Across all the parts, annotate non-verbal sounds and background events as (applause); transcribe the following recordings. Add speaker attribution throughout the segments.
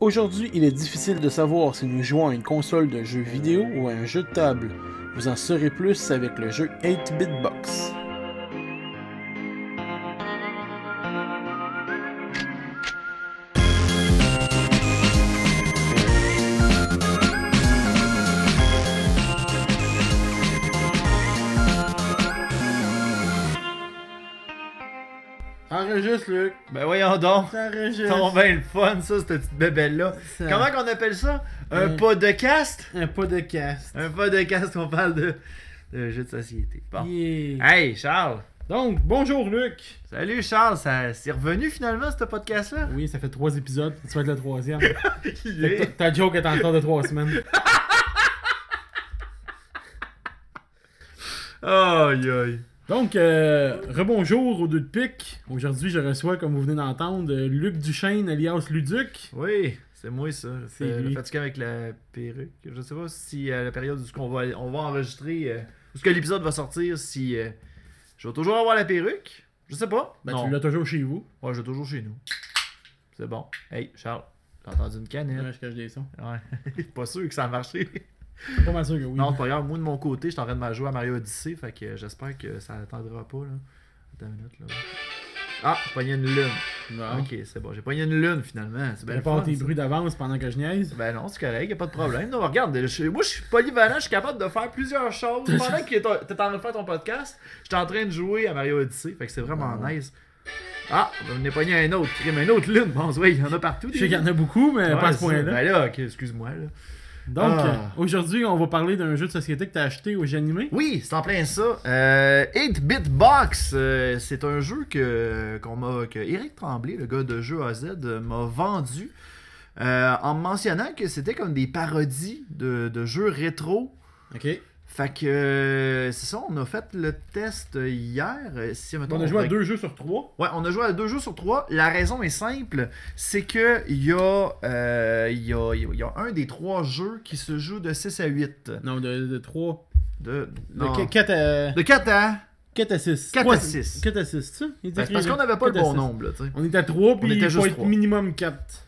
Speaker 1: Aujourd'hui, il est difficile de savoir si nous jouons à une console de jeux vidéo ou à un jeu de table. Vous en saurez plus avec le jeu 8-Bit Box. Enregistre, Luc.
Speaker 2: Ben voyons donc.
Speaker 1: T'enregistres.
Speaker 2: Ton ben le fun, ça, cette petite bébelle-là.
Speaker 1: Ça-
Speaker 2: Comment qu'on appelle ça? Un
Speaker 1: Euh.
Speaker 2: podcast?
Speaker 1: Un podcast.
Speaker 2: Un podcast qu'on parle de, de jeux de société. Bon.
Speaker 1: Yeah.
Speaker 2: Hey, Charles!
Speaker 1: Donc, bonjour, Luc.
Speaker 2: Salut, Charles! Ça, c'est revenu finalement,
Speaker 1: (laughs)
Speaker 2: ce podcast-là?
Speaker 1: Oui, ça fait trois épisodes. Tu vas être le
Speaker 2: (laughs)
Speaker 1: troisième.
Speaker 2: Il
Speaker 1: Fait que
Speaker 2: est-
Speaker 1: ta- Ta joke est en retard de trois semaines.
Speaker 2: Aïe, aïe.
Speaker 1: Donc, euh, rebonjour aux deux de pique. Aujourd'hui, je reçois, comme vous venez d'entendre, euh, Luc Duchesne, alias Luduc.
Speaker 2: Oui, c'est moi, ça.
Speaker 1: C'est
Speaker 2: C'est
Speaker 1: lui.
Speaker 2: le fatigué avec la perruque. Je sais pas si à la période où on va, on va enregistrer, euh, où ce que l'épisode va sortir, si euh, je vais toujours avoir la perruque. Je sais pas.
Speaker 1: Ben,
Speaker 2: non.
Speaker 1: tu l'as toujours chez vous.
Speaker 2: Moi, je l'ai toujours chez nous. C'est bon. Hey, Charles, j'ai entendu une canette.
Speaker 1: Ouais, je cache des sons.
Speaker 2: Ouais. (laughs) pas sûr que ça a marché.
Speaker 1: Je suis Pas mal sûr que oui.
Speaker 2: Non, c'est pas grave. Moi, de mon côté, je suis en train de jouer à Mario Odyssey. Fait que euh, j'espère que ça attendra pas. Là. Attends une minute. Là. Ah, j'ai pogné une lune.
Speaker 1: Bon.
Speaker 2: Ah, Ok, c'est bon. J'ai pogné une lune finalement. C'est bien
Speaker 1: Ben,
Speaker 2: le
Speaker 1: Ah. pas
Speaker 2: fun,
Speaker 1: tes
Speaker 2: ça.
Speaker 1: bruits d'avance pendant que je niaise.
Speaker 2: Ben non, c'est correct, y a pas de problème. Non, regarde, je- moi je suis polyvalent, je suis capable de faire
Speaker 1: (laughs)
Speaker 2: plusieurs choses. Pendant que t'es- t'es en train de faire ton podcast, j'étais en train de jouer à Mario Odyssey, fait que c'est vraiment
Speaker 1: Ouais.
Speaker 2: nice. Ah, ben, on est pogné un autre, crime, un autre lune. Bon, ouais, il y en a partout.
Speaker 1: Je
Speaker 2: des
Speaker 1: sais qu'il y en a beaucoup, mais
Speaker 2: lunes.
Speaker 1: pas à
Speaker 2: Ouais,
Speaker 1: ce
Speaker 2: c'est
Speaker 1: point-là.
Speaker 2: ça. Ben là, ok, excuse-moi. là.
Speaker 1: Donc,
Speaker 2: Ah.
Speaker 1: euh, aujourd'hui, on va parler d'un jeu de société que t'as acheté au Janimé.
Speaker 2: Oui, c'est en plein ça. Euh, 8-Bit Box, euh, c'est un jeu que, qu'on m'a, que Eric Tremblay, le gars de Jeu AZ, euh, m'a vendu euh, en me mentionnant que c'était comme des parodies de, de jeux rétro.
Speaker 1: Ok.
Speaker 2: Fait que euh, c'est ça, on a fait le test hier. euh, Si, mettons,
Speaker 1: On a joué à
Speaker 2: rec-
Speaker 1: deux jeux sur trois.
Speaker 2: Ouais, on a joué à deux jeux sur trois. La raison est simple, c'est que il y, a, euh, il y, a, il y a- il y a un des trois jeux qui se joue de 6 à 8.
Speaker 1: Non, de, de trois.
Speaker 2: De, non.
Speaker 1: De euh, 4 à...
Speaker 2: De 4 à...
Speaker 1: 4 à 6.
Speaker 2: Quatre à six.
Speaker 1: 4 à 6, tu sais. Il dit
Speaker 2: Ben, c'est
Speaker 1: que
Speaker 2: parce
Speaker 1: les-
Speaker 2: qu'on n'avait pas le
Speaker 1: quatre à
Speaker 2: bon
Speaker 1: six.
Speaker 2: nombre, là, tu sais.
Speaker 1: On était à 3, puis
Speaker 2: était
Speaker 1: il
Speaker 2: juste
Speaker 1: faut être
Speaker 2: trois.
Speaker 1: minimum 4.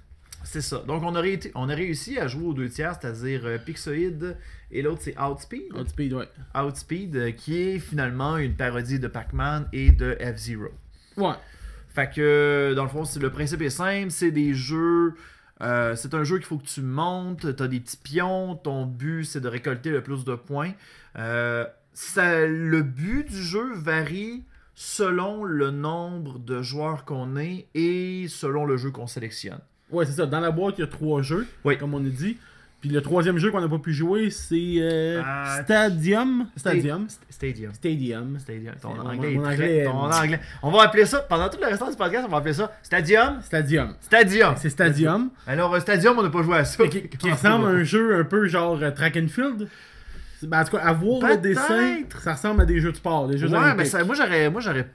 Speaker 2: C'est ça. Donc on a, réussi- on a réussi à jouer aux deux tiers, c'est-à-dire euh, Pixoid et l'autre c'est Outspeed.
Speaker 1: Outspeed, ouais.
Speaker 2: Outspeed euh, qui est finalement une parodie de Pac-Man et de F-Zero.
Speaker 1: Ouais.
Speaker 2: Fait que, dans le fond, c'est- le principe est simple, c'est des jeux... euh, c'est un jeu qu'il faut que tu montes, t'as des petits pions, ton but c'est de récolter le plus de points. Euh, ça, le but du jeu varie selon le nombre de joueurs qu'on est et selon le jeu qu'on sélectionne.
Speaker 1: Ouais, c'est ça. Dans la boîte, il y a trois jeux,
Speaker 2: Oui.
Speaker 1: comme on a dit. Puis le troisième jeu qu'on n'a pas pu jouer, c'est euh,
Speaker 2: Ah,
Speaker 1: Stadium. Stadium.
Speaker 2: Sta- Stadium.
Speaker 1: Stadium.
Speaker 2: Stadium. Ton
Speaker 1: Mon-
Speaker 2: anglais,
Speaker 1: mon
Speaker 2: est
Speaker 1: anglais
Speaker 2: très-
Speaker 1: est-
Speaker 2: ton anglais. On va appeler ça, pendant tout le restant du podcast, on va appeler ça Stadium.
Speaker 1: Stadium.
Speaker 2: Stadium.
Speaker 1: C'est Stadium,
Speaker 2: Alors, euh, Stadium, on n'a pas joué à ça.
Speaker 1: qui, qui ressemble à un jeu un peu genre euh, Track and Field. C'est- Ben, en tout cas, à voir le
Speaker 2: Peut-être.
Speaker 1: dessin, ça ressemble à des jeux de sport, des jeux
Speaker 2: Ouais,
Speaker 1: olympiques.
Speaker 2: mais ça- moi j'aurais moi j'aurais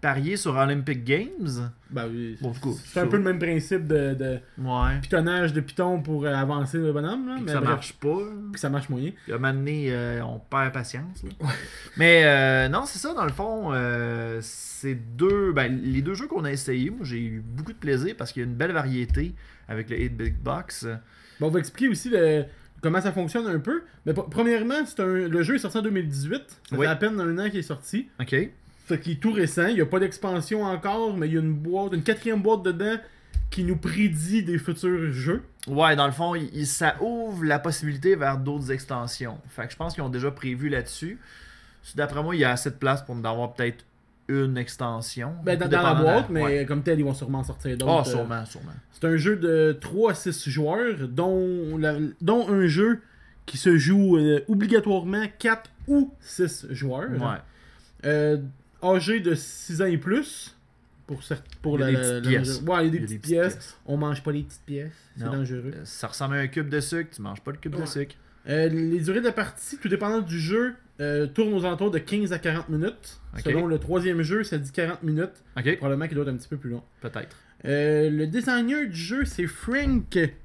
Speaker 2: parié sur Olympic Games.
Speaker 1: Ben, oui,
Speaker 2: Bon, du coup,
Speaker 1: c'est un peu le même principe de, de
Speaker 2: Ouais. Puis
Speaker 1: pitonnage de piton pour euh, avancer le bonhomme. Là,
Speaker 2: que
Speaker 1: mais
Speaker 2: ça
Speaker 1: bref,
Speaker 2: marche pas.
Speaker 1: puis ça marche moyen.
Speaker 2: Puis à un moment donné, euh, on perd patience. là. Mais euh, non, c'est ça, dans le fond, euh, c'est deux. Ben, les deux jeux qu'on a essayés, moi j'ai eu beaucoup de plaisir parce qu'il y a une belle variété avec le 8-Bit Box.
Speaker 1: Bon, on va expliquer aussi le- comment ça fonctionne un peu. Mais pr- premièrement, c'est un- le jeu est sorti en 2018. Ça
Speaker 2: Oui.
Speaker 1: fait à peine un an qu'il est sorti.
Speaker 2: Ok.
Speaker 1: Fait qu'il est tout récent. Il n'y a pas d'expansion encore, mais il y a une boîte, une quatrième boîte dedans qui nous prédit des futurs jeux.
Speaker 2: Ouais, dans le fond, il- il- ça ouvre la possibilité vers d'autres extensions. Fait que je pense qu'ils ont déjà prévu là-dessus. D'après moi, il y a assez de place pour en avoir peut-être une extension.
Speaker 1: Ben, dans,
Speaker 2: Tout
Speaker 1: dans la
Speaker 2: dépendant de
Speaker 1: boîte, mais
Speaker 2: ouais.
Speaker 1: comme tel, ils vont sûrement en sortir d'autres.
Speaker 2: Ah,
Speaker 1: Euh,
Speaker 2: sûrement, sûrement.
Speaker 1: C'est un jeu de 3 à 6 joueurs, dont, la- dont un jeu qui se joue euh, obligatoirement 4 ou 6 joueurs.
Speaker 2: Ouais.
Speaker 1: Euh, âgé de 6 ans et plus. Pour, cer- pour
Speaker 2: Il y a
Speaker 1: la,
Speaker 2: des
Speaker 1: la-
Speaker 2: petites
Speaker 1: la-
Speaker 2: pièces.
Speaker 1: Ouais, il y a des
Speaker 2: Il y a
Speaker 1: petites pièces. On mange pas les petites pièces. C'est
Speaker 2: Non.
Speaker 1: dangereux.
Speaker 2: Euh, Ça ressemble à un cube de sucre, tu manges pas le cube
Speaker 1: Ouais.
Speaker 2: de sucre.
Speaker 1: Euh, les durées de la partie, tout dépendant du jeu, euh, tournent aux alentours de 15 à 40 minutes.
Speaker 2: Ok.
Speaker 1: Selon le troisième jeu, ça dit 40 minutes.
Speaker 2: Ok,
Speaker 1: Probablement qu'il doit être un petit peu plus long.
Speaker 2: peut-être.
Speaker 1: Euh, le designer du jeu, c'est Frank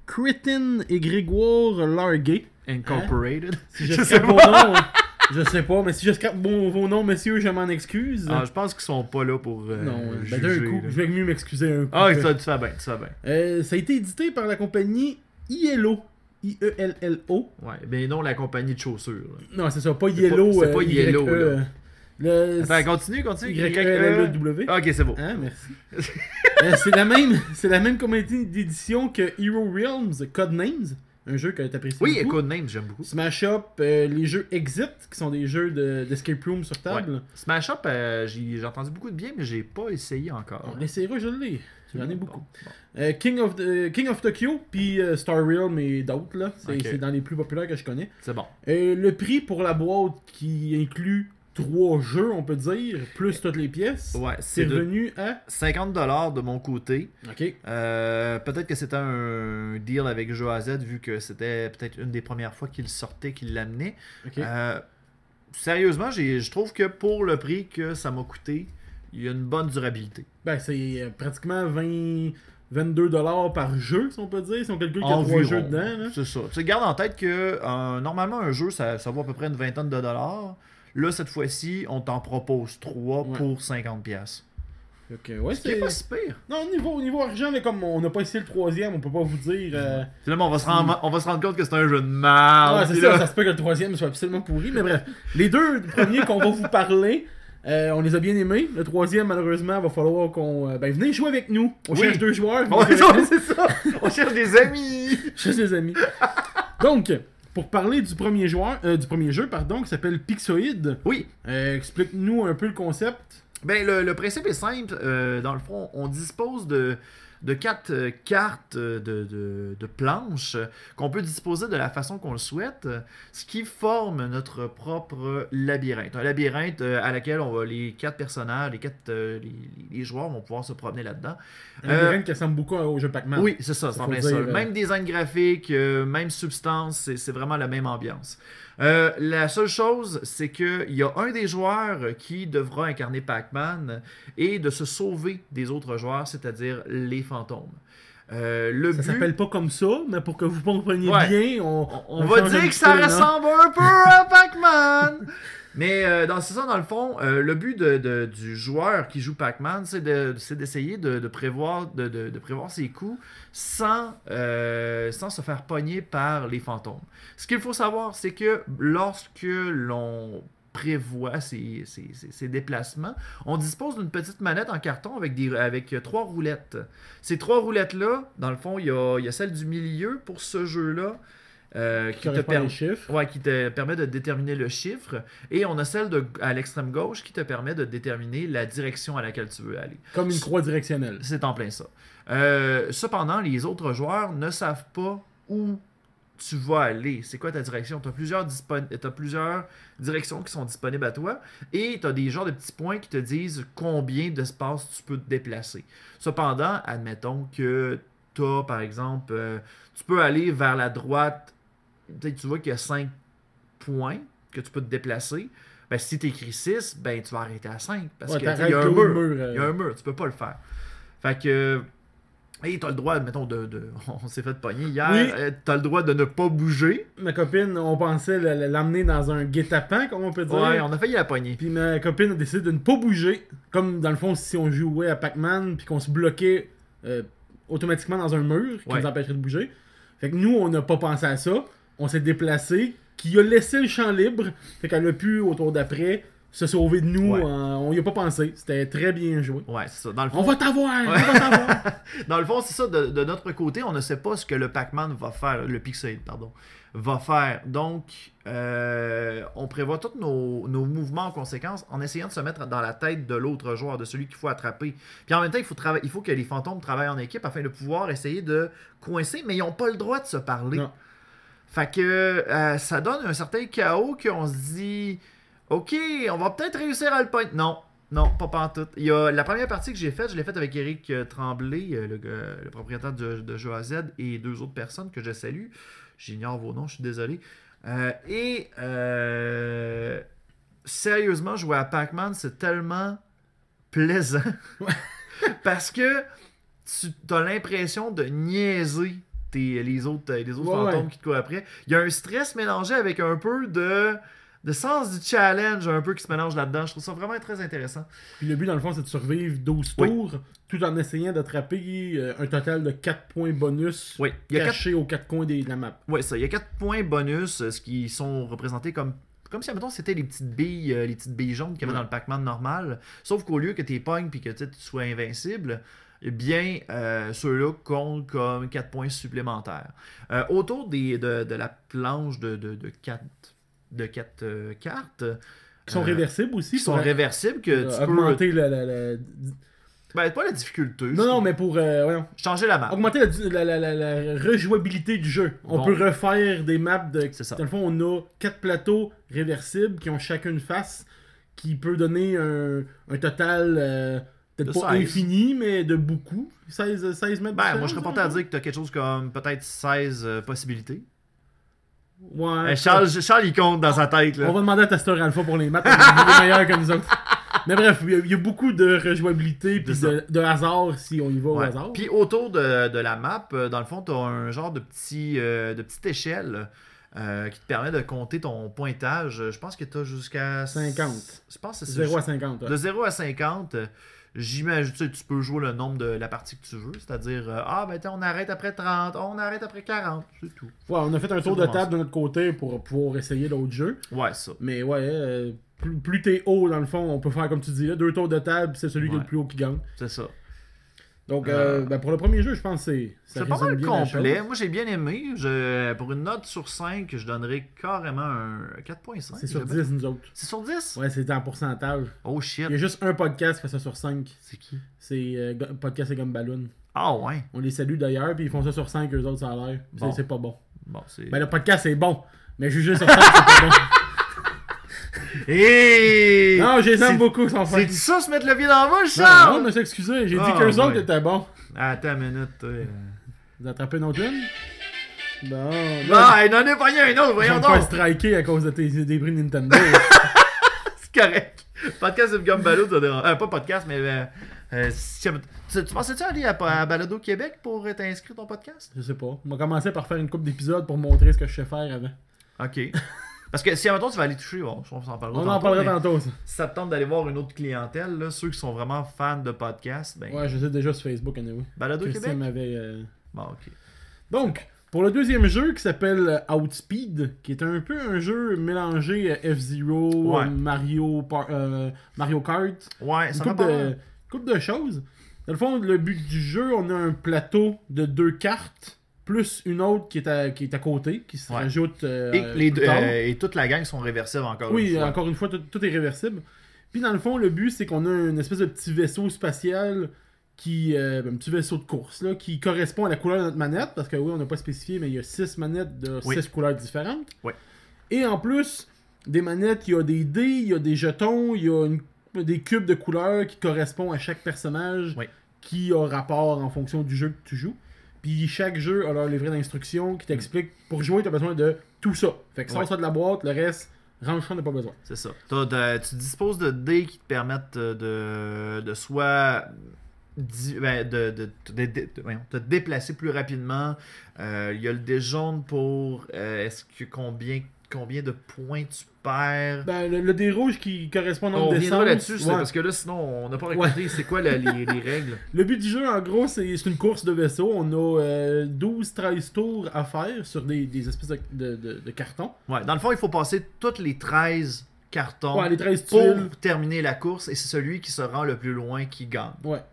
Speaker 1: Critton et Grégoire Larguet.
Speaker 2: Incorporated.
Speaker 1: Hein? (laughs) Si
Speaker 2: Je
Speaker 1: je
Speaker 2: sais
Speaker 1: serais bon nom, Je sais pas, mais si j'escape vos, vos noms, messieurs, je m'en excuse.
Speaker 2: Ah, je pense qu'ils sont pas là pour. euh,
Speaker 1: non, ben,
Speaker 2: juger,
Speaker 1: d'un coup,
Speaker 2: là.
Speaker 1: je vais mieux m'excuser un coup.
Speaker 2: Ah, tu fais- tu fais bien, tu fais bien.
Speaker 1: Euh, ça a été édité par la compagnie ILO. E I-E-L-L-O.
Speaker 2: Ouais, ben non, la compagnie de chaussures. là.
Speaker 1: Non, c'est ça, pas
Speaker 2: C'est pas-
Speaker 1: Yellow.
Speaker 2: c'est pas Yellow, là.
Speaker 1: euh, Le E
Speaker 2: Attends, continue, continue. Y-E-L-L-E.
Speaker 1: Y-E-L-L-E-W.
Speaker 2: Ah, Ok, c'est beau.
Speaker 1: Hein, merci. Euh, c'est la même, c'est la même compagnie d'édition que Hero Realms, Codenames, un jeu que t'apprécies
Speaker 2: Oui,
Speaker 1: beaucoup.
Speaker 2: Echo Names, j'aime beaucoup.
Speaker 1: Smash Up, euh, les jeux Exit, qui sont des jeux de- d'escape room sur table.
Speaker 2: Smash Up, euh, j'ai j'ai entendu beaucoup de bien, mais j'ai pas essayé encore.
Speaker 1: On l'essayera, je l'ai. J'en ai
Speaker 2: Bon,
Speaker 1: beaucoup.
Speaker 2: bon.
Speaker 1: Euh, King, of, euh, King of Tokyo, puis euh, Star Realm et d'autres, là. C'est
Speaker 2: Ok.
Speaker 1: c'est dans les plus populaires que je connais.
Speaker 2: C'est bon.
Speaker 1: Euh, le prix pour la boîte qui inclut trois jeux, on peut dire, plus toutes les pièces,
Speaker 2: Ouais,
Speaker 1: c'est
Speaker 2: c'est de
Speaker 1: revenu à.
Speaker 2: 50$ de mon côté.
Speaker 1: Ok.
Speaker 2: Euh, peut-être que c'était un deal avec JoAZ vu que c'était peut-être une des premières fois qu'il sortait, qu'il l'amenait.
Speaker 1: Ok.
Speaker 2: Euh, sérieusement, j'ai- je trouve que pour le prix que ça m'a coûté, il y a une bonne durabilité.
Speaker 1: Ben, c'est euh, pratiquement 20, 22$ par jeu, si on peut dire, si on calcule qu'il y a trois
Speaker 2: Environ.
Speaker 1: jeux dedans. Là.
Speaker 2: C'est ça. Tu gardes en tête que euh, normalement, un jeu, ça, ça vaut à peu près une vingtaine de dollars. Là, cette fois-ci, on t'en propose 3
Speaker 1: Ouais.
Speaker 2: pour 50$. piastres.
Speaker 1: Ok, ouais,
Speaker 2: Ce qui est
Speaker 1: c'est.
Speaker 2: pas si pire.
Speaker 1: Non, au niveau, au niveau argent, là, comme on n'a pas essayé le troisième, on peut pas vous dire. euh,
Speaker 2: Finalement, on va se rendre, on va se rendre compte que c'est un jeu de
Speaker 1: Ah,
Speaker 2: merde.
Speaker 1: c'est ça,
Speaker 2: (laughs)
Speaker 1: ça se peut que le troisième soit absolument pourri, mais bref. Les deux premiers qu'on va vous parler, euh, on les a bien aimés. Le troisième, malheureusement, va falloir qu'on. euh, ben, venez jouer avec nous. On
Speaker 2: Oui.
Speaker 1: cherche deux joueurs. venez
Speaker 2: Ouais,
Speaker 1: jouer avec
Speaker 2: non,
Speaker 1: (laughs) nous.
Speaker 2: c'est ça. On cherche des amis.
Speaker 1: Cherche des amis. Donc, pour parler du premier joueur, euh, du premier jeu, pardon, qui s'appelle Pixoid,
Speaker 2: Oui,
Speaker 1: euh, explique-nous un peu le concept.
Speaker 2: ben le, le principe est simple. Euh, dans le fond, on dispose de, de quatre euh, cartes euh, de, de- de planches euh, qu'on peut disposer de la façon qu'on le souhaite, euh, ce qui forme notre propre labyrinthe. Un labyrinthe euh, à laquelle on va, les quatre personnages, les quatre euh, les, les joueurs vont pouvoir se promener là-dedans.
Speaker 1: Un
Speaker 2: Euh,
Speaker 1: labyrinthe qui ressemble beaucoup au jeu Pac-Man.
Speaker 2: Oui, c'est ça, c'est
Speaker 1: Ça
Speaker 2: en
Speaker 1: faut
Speaker 2: plein
Speaker 1: dire,
Speaker 2: ça.
Speaker 1: euh,
Speaker 2: Même design graphique, euh, même substance, c'est- c'est vraiment la même ambiance. Euh, la seule chose, c'est qu'il y a un des joueurs qui devra incarner Pac-Man et de se sauver des autres joueurs, c'est-à-dire les fantômes. Euh, le
Speaker 1: Ça
Speaker 2: but,
Speaker 1: s'appelle pas comme ça, mais pour que vous compreniez
Speaker 2: Ouais.
Speaker 1: bien, on,
Speaker 2: on, on
Speaker 1: on
Speaker 2: va
Speaker 1: change un
Speaker 2: dire que
Speaker 1: petit
Speaker 2: ça
Speaker 1: peu, non?
Speaker 2: ressemble un peu à Pac-Man. (laughs) Mais euh, dans c'est ça, dans le fond, euh, le but de- de- du joueur qui joue Pac-Man, c'est de- c'est d'essayer de, de prévoir, de, de- de prévoir ses coups sans, euh, sans se faire pogner par les fantômes. Ce qu'il faut savoir, c'est que lorsque l'on prévoit ses, ses- ses- ses déplacements, on dispose d'une petite manette en carton avec, des, avec euh, trois roulettes. Ces trois roulettes-là, dans le fond, il y a, il y a celle du milieu pour ce jeu-là euh,
Speaker 1: qui
Speaker 2: qui, te
Speaker 1: correspond
Speaker 2: permet...
Speaker 1: aux chiffres.
Speaker 2: Ouais, qui te permet de déterminer le chiffre. Et on a celle de, à l'extrême gauche qui te permet de déterminer la direction à laquelle tu veux aller.
Speaker 1: Comme une croix directionnelle.
Speaker 2: C'est en plein ça. Euh, cependant, les autres joueurs ne savent pas où tu vas aller. C'est quoi ta direction? Tu as plusieurs, dispon- t'as plusieurs directions qui sont disponibles à toi et tu as des genres de petits points qui te disent combien d'espace tu peux te déplacer. Cependant, admettons que tu as, par exemple, euh, tu peux aller vers la droite. Peut-être tu vois qu'il y a 5 points que tu peux te déplacer. Ben, si tu écris 6, ben, tu vas arrêter à 5 parce
Speaker 1: Ouais,
Speaker 2: qu'il
Speaker 1: t'arrêtes
Speaker 2: y a un
Speaker 1: au
Speaker 2: mur.
Speaker 1: euh,
Speaker 2: Il y a un mur, tu peux pas le faire. Fait que. Et t'as le droit, mettons, de. de- (laughs) on s'est fait pogner hier.
Speaker 1: Oui.
Speaker 2: euh, T'as le droit de ne pas bouger.
Speaker 1: Ma copine, on pensait la- la- l'emmener dans un guet-apens, comme on peut dire.
Speaker 2: Ouais, on a failli la pogner.
Speaker 1: Puis ma copine a décidé de ne pas bouger. Comme dans le fond, si on jouait à Pac-Man, puis qu'on se bloquait euh, automatiquement dans un mur qui
Speaker 2: Ouais.
Speaker 1: nous empêcherait de bouger. Fait que nous, on n'a pas pensé à ça. On s'est déplacé, qui a laissé le champ libre. Fait qu'elle a pu, au tour d'après, se sauver de nous.
Speaker 2: Ouais.
Speaker 1: en- on y a pas pensé. C'était très bien joué.
Speaker 2: Ouais, c'est ça. Dans le fond,
Speaker 1: On va t'avoir! On va t'avoir! (laughs)
Speaker 2: Dans le fond, c'est ça, de, de notre côté, on ne sait pas ce que le Pac-Man va faire, le Pixel, pardon, va faire. Donc, euh, on prévoit tous nos, nos mouvements en conséquence en essayant de se mettre dans la tête de l'autre joueur, de celui qu'il faut attraper. Puis en même temps, il faut, trava- il faut que les fantômes travaillent en équipe afin de pouvoir essayer de coincer, mais ils n'ont pas le droit de se parler.
Speaker 1: Non.
Speaker 2: Fait que euh, ça donne un certain chaos qu'on se dit, OK, on va peut-être réussir à le point. Non, non, pas pantoute. Il y a, la première partie que j'ai faite, je l'ai faite avec Eric euh, Tremblay, euh, le, euh, le propriétaire de, de Jeux à Z, et deux autres personnes que je salue. J'ignore vos noms, je suis désolé. Euh, et euh, sérieusement, jouer à Pac-Man, c'est tellement plaisant. (laughs) Parce que tu as l'impression de niaiser tes- les autres, les autres
Speaker 1: Ouais,
Speaker 2: fantômes
Speaker 1: ouais.
Speaker 2: qui te courent après. Il y a un stress mélangé avec un peu de. de sens du challenge un peu qui se mélange là-dedans. Je trouve ça vraiment très intéressant.
Speaker 1: Puis le but, dans le fond, c'est de survivre 12
Speaker 2: Oui.
Speaker 1: tours tout en essayant d'attraper euh, un total de 4 points bonus
Speaker 2: Oui, il y a quatre
Speaker 1: cachés aux 4 coins des- de la map.
Speaker 2: Ouais, ça. Il y a quatre points bonus, euh, ce qui sont représentés comme. Comme si, admettons, c'était les petites billes, euh, les petites billes jaunes qu'il y avait
Speaker 1: Ouais.
Speaker 2: dans le Pac-Man normal. Sauf qu'au lieu que tu pognes puis que tu sais, tu sois invincible, eh bien, euh, ceux-là comptent comme quatre points supplémentaires. Euh, autour des, de, de la planche de, de, de quatre, de quatre, euh, cartes,
Speaker 1: Qui sont
Speaker 2: Euh,
Speaker 1: réversibles aussi.
Speaker 2: qui sont
Speaker 1: pour,
Speaker 2: réversibles, que
Speaker 1: euh,
Speaker 2: tu peux.
Speaker 1: augmenter la, la- la-
Speaker 2: Ben, pas la difficulté.
Speaker 1: Non,
Speaker 2: c'est-
Speaker 1: non, mais pour euh, voyons,
Speaker 2: Changer la map.
Speaker 1: augmenter la, la- la- la- la rejouabilité du jeu. On
Speaker 2: Ah. Bon.
Speaker 1: peut refaire des maps de.
Speaker 2: C'est ça.
Speaker 1: Dans le fond, on a 4 plateaux réversibles qui ont chacun une face qui peut donner un, un total. euh, Peut-être
Speaker 2: De
Speaker 1: pas
Speaker 2: 16.
Speaker 1: infini, mais de beaucoup. 16, 16 mètres.
Speaker 2: Ben,
Speaker 1: de
Speaker 2: moi, je serais
Speaker 1: seize,
Speaker 2: porté à
Speaker 1: hein?
Speaker 2: dire que tu as quelque chose comme peut-être 16 euh, possibilités.
Speaker 1: Ouais.
Speaker 2: Euh, Charles, Charles, il compte dans sa tête. Là.
Speaker 1: On va demander à Testeur Alpha pour les maths. Il est meilleur que nous autres.
Speaker 2: (laughs)
Speaker 1: Mais bref, il y a- il y, a beaucoup de rejouabilité puis
Speaker 2: C'est ça.
Speaker 1: de, de hasard si on y va au
Speaker 2: Ouais.
Speaker 1: hasard.
Speaker 2: Puis autour de, de la map, euh, dans le fond, tu as un genre de, petit, euh, de petite échelle euh, qui te permet de compter ton pointage. Je pense que tu as jusqu'à
Speaker 1: 50.
Speaker 2: Je pense que c'est
Speaker 1: 0 à 50. ouais.
Speaker 2: De 0 à 50, euh, j'imagine, tu, sais, tu peux jouer le nombre de la partie que tu veux, c'est-à-dire, euh, ah ben tiens, on arrête après 30, on arrête après 40, c'est tout.
Speaker 1: Ouais, on a fait un tour de
Speaker 2: vraiment
Speaker 1: table de notre côté pour pouvoir essayer d'autres jeux.
Speaker 2: Ouais, ça.
Speaker 1: Mais ouais, euh, plus, plus t'es haut dans le fond, on peut faire comme tu dis là, deux tours de table, c'est celui qui est le
Speaker 2: Ouais.
Speaker 1: plus haut qui gagne.
Speaker 2: C'est ça.
Speaker 1: Donc euh,
Speaker 2: Euh.
Speaker 1: ben, pour le premier jeu, je pense que c'est ça
Speaker 2: C'est pas
Speaker 1: résume
Speaker 2: mal
Speaker 1: bien la chose.
Speaker 2: complet. Moi, j'ai bien aimé. Je, pour une note sur 5, je donnerais carrément un 4.5.
Speaker 1: C'est sur
Speaker 2: j'aime.
Speaker 1: 10 nous autres.
Speaker 2: C'est sur 10?
Speaker 1: Ouais, c'est en pourcentage.
Speaker 2: Oh
Speaker 1: Il y a
Speaker 2: shit.
Speaker 1: juste un podcast qui fait ça sur 5.
Speaker 2: C'est qui?
Speaker 1: C'est euh, Go- Podcast et Gomme Balloon.
Speaker 2: Ah ouais.
Speaker 1: On les salue d'ailleurs, puis ils font ça sur 5, eux autres, ça a l'air. C'est-
Speaker 2: Bon.
Speaker 1: C'est pas bon.
Speaker 2: Bon, c'est.
Speaker 1: Ben, le podcast, c'est bon, mais juger sur 5, c'est pas
Speaker 2: (laughs)
Speaker 1: bon.
Speaker 2: Hey!
Speaker 1: Non, je les
Speaker 2: C'est-
Speaker 1: aime beaucoup, sans
Speaker 2: C'est
Speaker 1: faire.
Speaker 2: dit ça, se mettre le pied dans la bouche,
Speaker 1: Non, non,
Speaker 2: Charles?
Speaker 1: mais excusez, j'ai
Speaker 2: Ah,
Speaker 1: dit qu'eux autres
Speaker 2: ouais.
Speaker 1: étaient bons.
Speaker 2: Attends une minute. toi.
Speaker 1: Vous attrapez une autre une? Non.
Speaker 2: Non, hey, n'en est pas rien un autre,
Speaker 1: Ils
Speaker 2: voyons
Speaker 1: vont me faire
Speaker 2: donc.
Speaker 1: striker à cause de tes débris Nintendo. (laughs)
Speaker 2: C'est correct. Podcast de Gumbaloo, ça dérange. Euh, pas podcast, mais. euh, euh, si- tu, tu pensais-tu aller à, à Balado Québec pour euh, t'inscrire ton podcast?
Speaker 1: je sais pas. On va commencer par faire une coupe d'épisodes pour montrer ce que je sais faire avant. (laughs)
Speaker 2: OK. Parce que si à un moment tu vas aller toucher, bon, on s'en parlera.
Speaker 1: On en
Speaker 2: tantôt,
Speaker 1: parlera
Speaker 2: mais
Speaker 1: tantôt, ça.
Speaker 2: Si ça te tente d'aller voir une autre clientèle, là, ceux qui sont vraiment fans de podcasts, ben,
Speaker 1: Ouais, je sais déjà sur Facebook, anyway.
Speaker 2: Balado
Speaker 1: Christian
Speaker 2: Québec.
Speaker 1: m'avait. euh,
Speaker 2: Bon, OK.
Speaker 1: Donc, pour le deuxième jeu qui s'appelle euh, Outspeed, qui est un peu un jeu mélangé euh, F-Zero,
Speaker 2: Ouais.
Speaker 1: euh, Mario, Par- euh, Mario Kart,
Speaker 2: Ouais,
Speaker 1: une
Speaker 2: ça m'a
Speaker 1: couple de, couple de choses. Dans le fond, le but du jeu, on a un plateau de deux cartes, plus une autre qui est à, qui est à côté, qui se
Speaker 2: Ouais.
Speaker 1: rajoute. euh,
Speaker 2: Et, les
Speaker 1: plus
Speaker 2: deux-
Speaker 1: tard.
Speaker 2: euh, et toute la gang sont réversibles encore
Speaker 1: Oui, hein.
Speaker 2: une fois.
Speaker 1: encore une fois, tout, tout est réversible. Puis dans le fond, le but, c'est qu'on a une espèce de petit vaisseau spatial qui. euh, un petit vaisseau de course, là, qui correspond à la couleur de notre manette. Parce que oui, on n'a pas spécifié, mais il y a six manettes de
Speaker 2: Oui.
Speaker 1: six couleurs différentes.
Speaker 2: Oui.
Speaker 1: Et en plus, des manettes, il y a des dés, il y a des jetons, il y a une- des cubes de couleurs qui correspondent à chaque personnage
Speaker 2: Oui.
Speaker 1: qui a rapport en fonction du jeu que tu joues. Puis chaque jeu a leur livret d'instructions qui t'explique pour jouer, tu as besoin de tout ça. Fait que sors
Speaker 2: Ouais.
Speaker 1: ça de la boîte, le reste, range ça, on n'a pas besoin.
Speaker 2: C'est ça. T'as de- tu disposes de dés qui te permettent euh, de, de soit di- ben, de, de, de- de- de- voyons, te déplacer plus rapidement. Euh, Il y a le dé jaune pour euh, est-ce que combien, combien de points tu perds.
Speaker 1: Ben, le, le dé rouge qui correspond au
Speaker 2: on
Speaker 1: nombre
Speaker 2: reviendra
Speaker 1: d'essences.
Speaker 2: là-dessus, c'est
Speaker 1: ouais.
Speaker 2: parce que là, sinon, on n'a pas raconté c'est
Speaker 1: (laughs)
Speaker 2: quoi la- les, les règles.
Speaker 1: Le but du jeu, en gros, c'est c'est une course de vaisseau. On a 12-13 tours à faire sur des, des espèces de, de, de- de cartons.
Speaker 2: Ouais, dans le fond, il faut passer toutes les 13 cartons
Speaker 1: Ouais, les 13
Speaker 2: pour
Speaker 1: tuiles.
Speaker 2: terminer la course et c'est celui qui se rend le plus loin qui gagne.
Speaker 1: Ouais.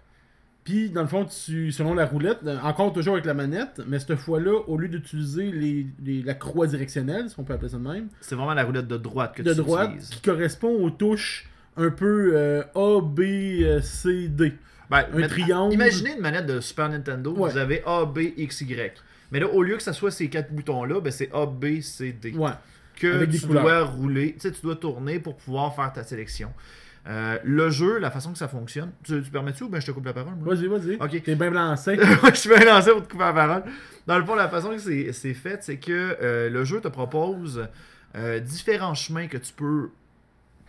Speaker 1: Puis, dans le fond, tu, selon la roulette, euh, encore toujours avec la manette, mais cette fois-là, au lieu d'utiliser les, les- la croix directionnelle, si on peut appeler ça de même,
Speaker 2: C'est vraiment la roulette de droite que
Speaker 1: de
Speaker 2: tu
Speaker 1: droite,
Speaker 2: utilises.
Speaker 1: qui correspond aux touches un peu euh, A, B, euh, C, D.
Speaker 2: Ben,
Speaker 1: Un triangle.
Speaker 2: Imaginez une manette de Super Nintendo,
Speaker 1: Ouais.
Speaker 2: vous avez A, B, X, Y. Mais là, au lieu que ça soit ces quatre boutons-là, ben c'est A, B, C, D.
Speaker 1: Ouais.
Speaker 2: Que
Speaker 1: Avec des
Speaker 2: tu
Speaker 1: couleurs.
Speaker 2: dois rouler, tu sais, tu dois tourner pour pouvoir faire ta sélection. Euh, le jeu, la façon que ça fonctionne, tu, tu permets-tu ou ben je te coupe la parole? Moi?
Speaker 1: Vas-y, vas-y.
Speaker 2: Ok.
Speaker 1: T'es bien lancé.
Speaker 2: (laughs) Moi, je vais lancer pour te couper la parole. Dans le fond, la façon que c'est c'est fait, c'est que euh, le jeu te propose euh, différents chemins que tu peux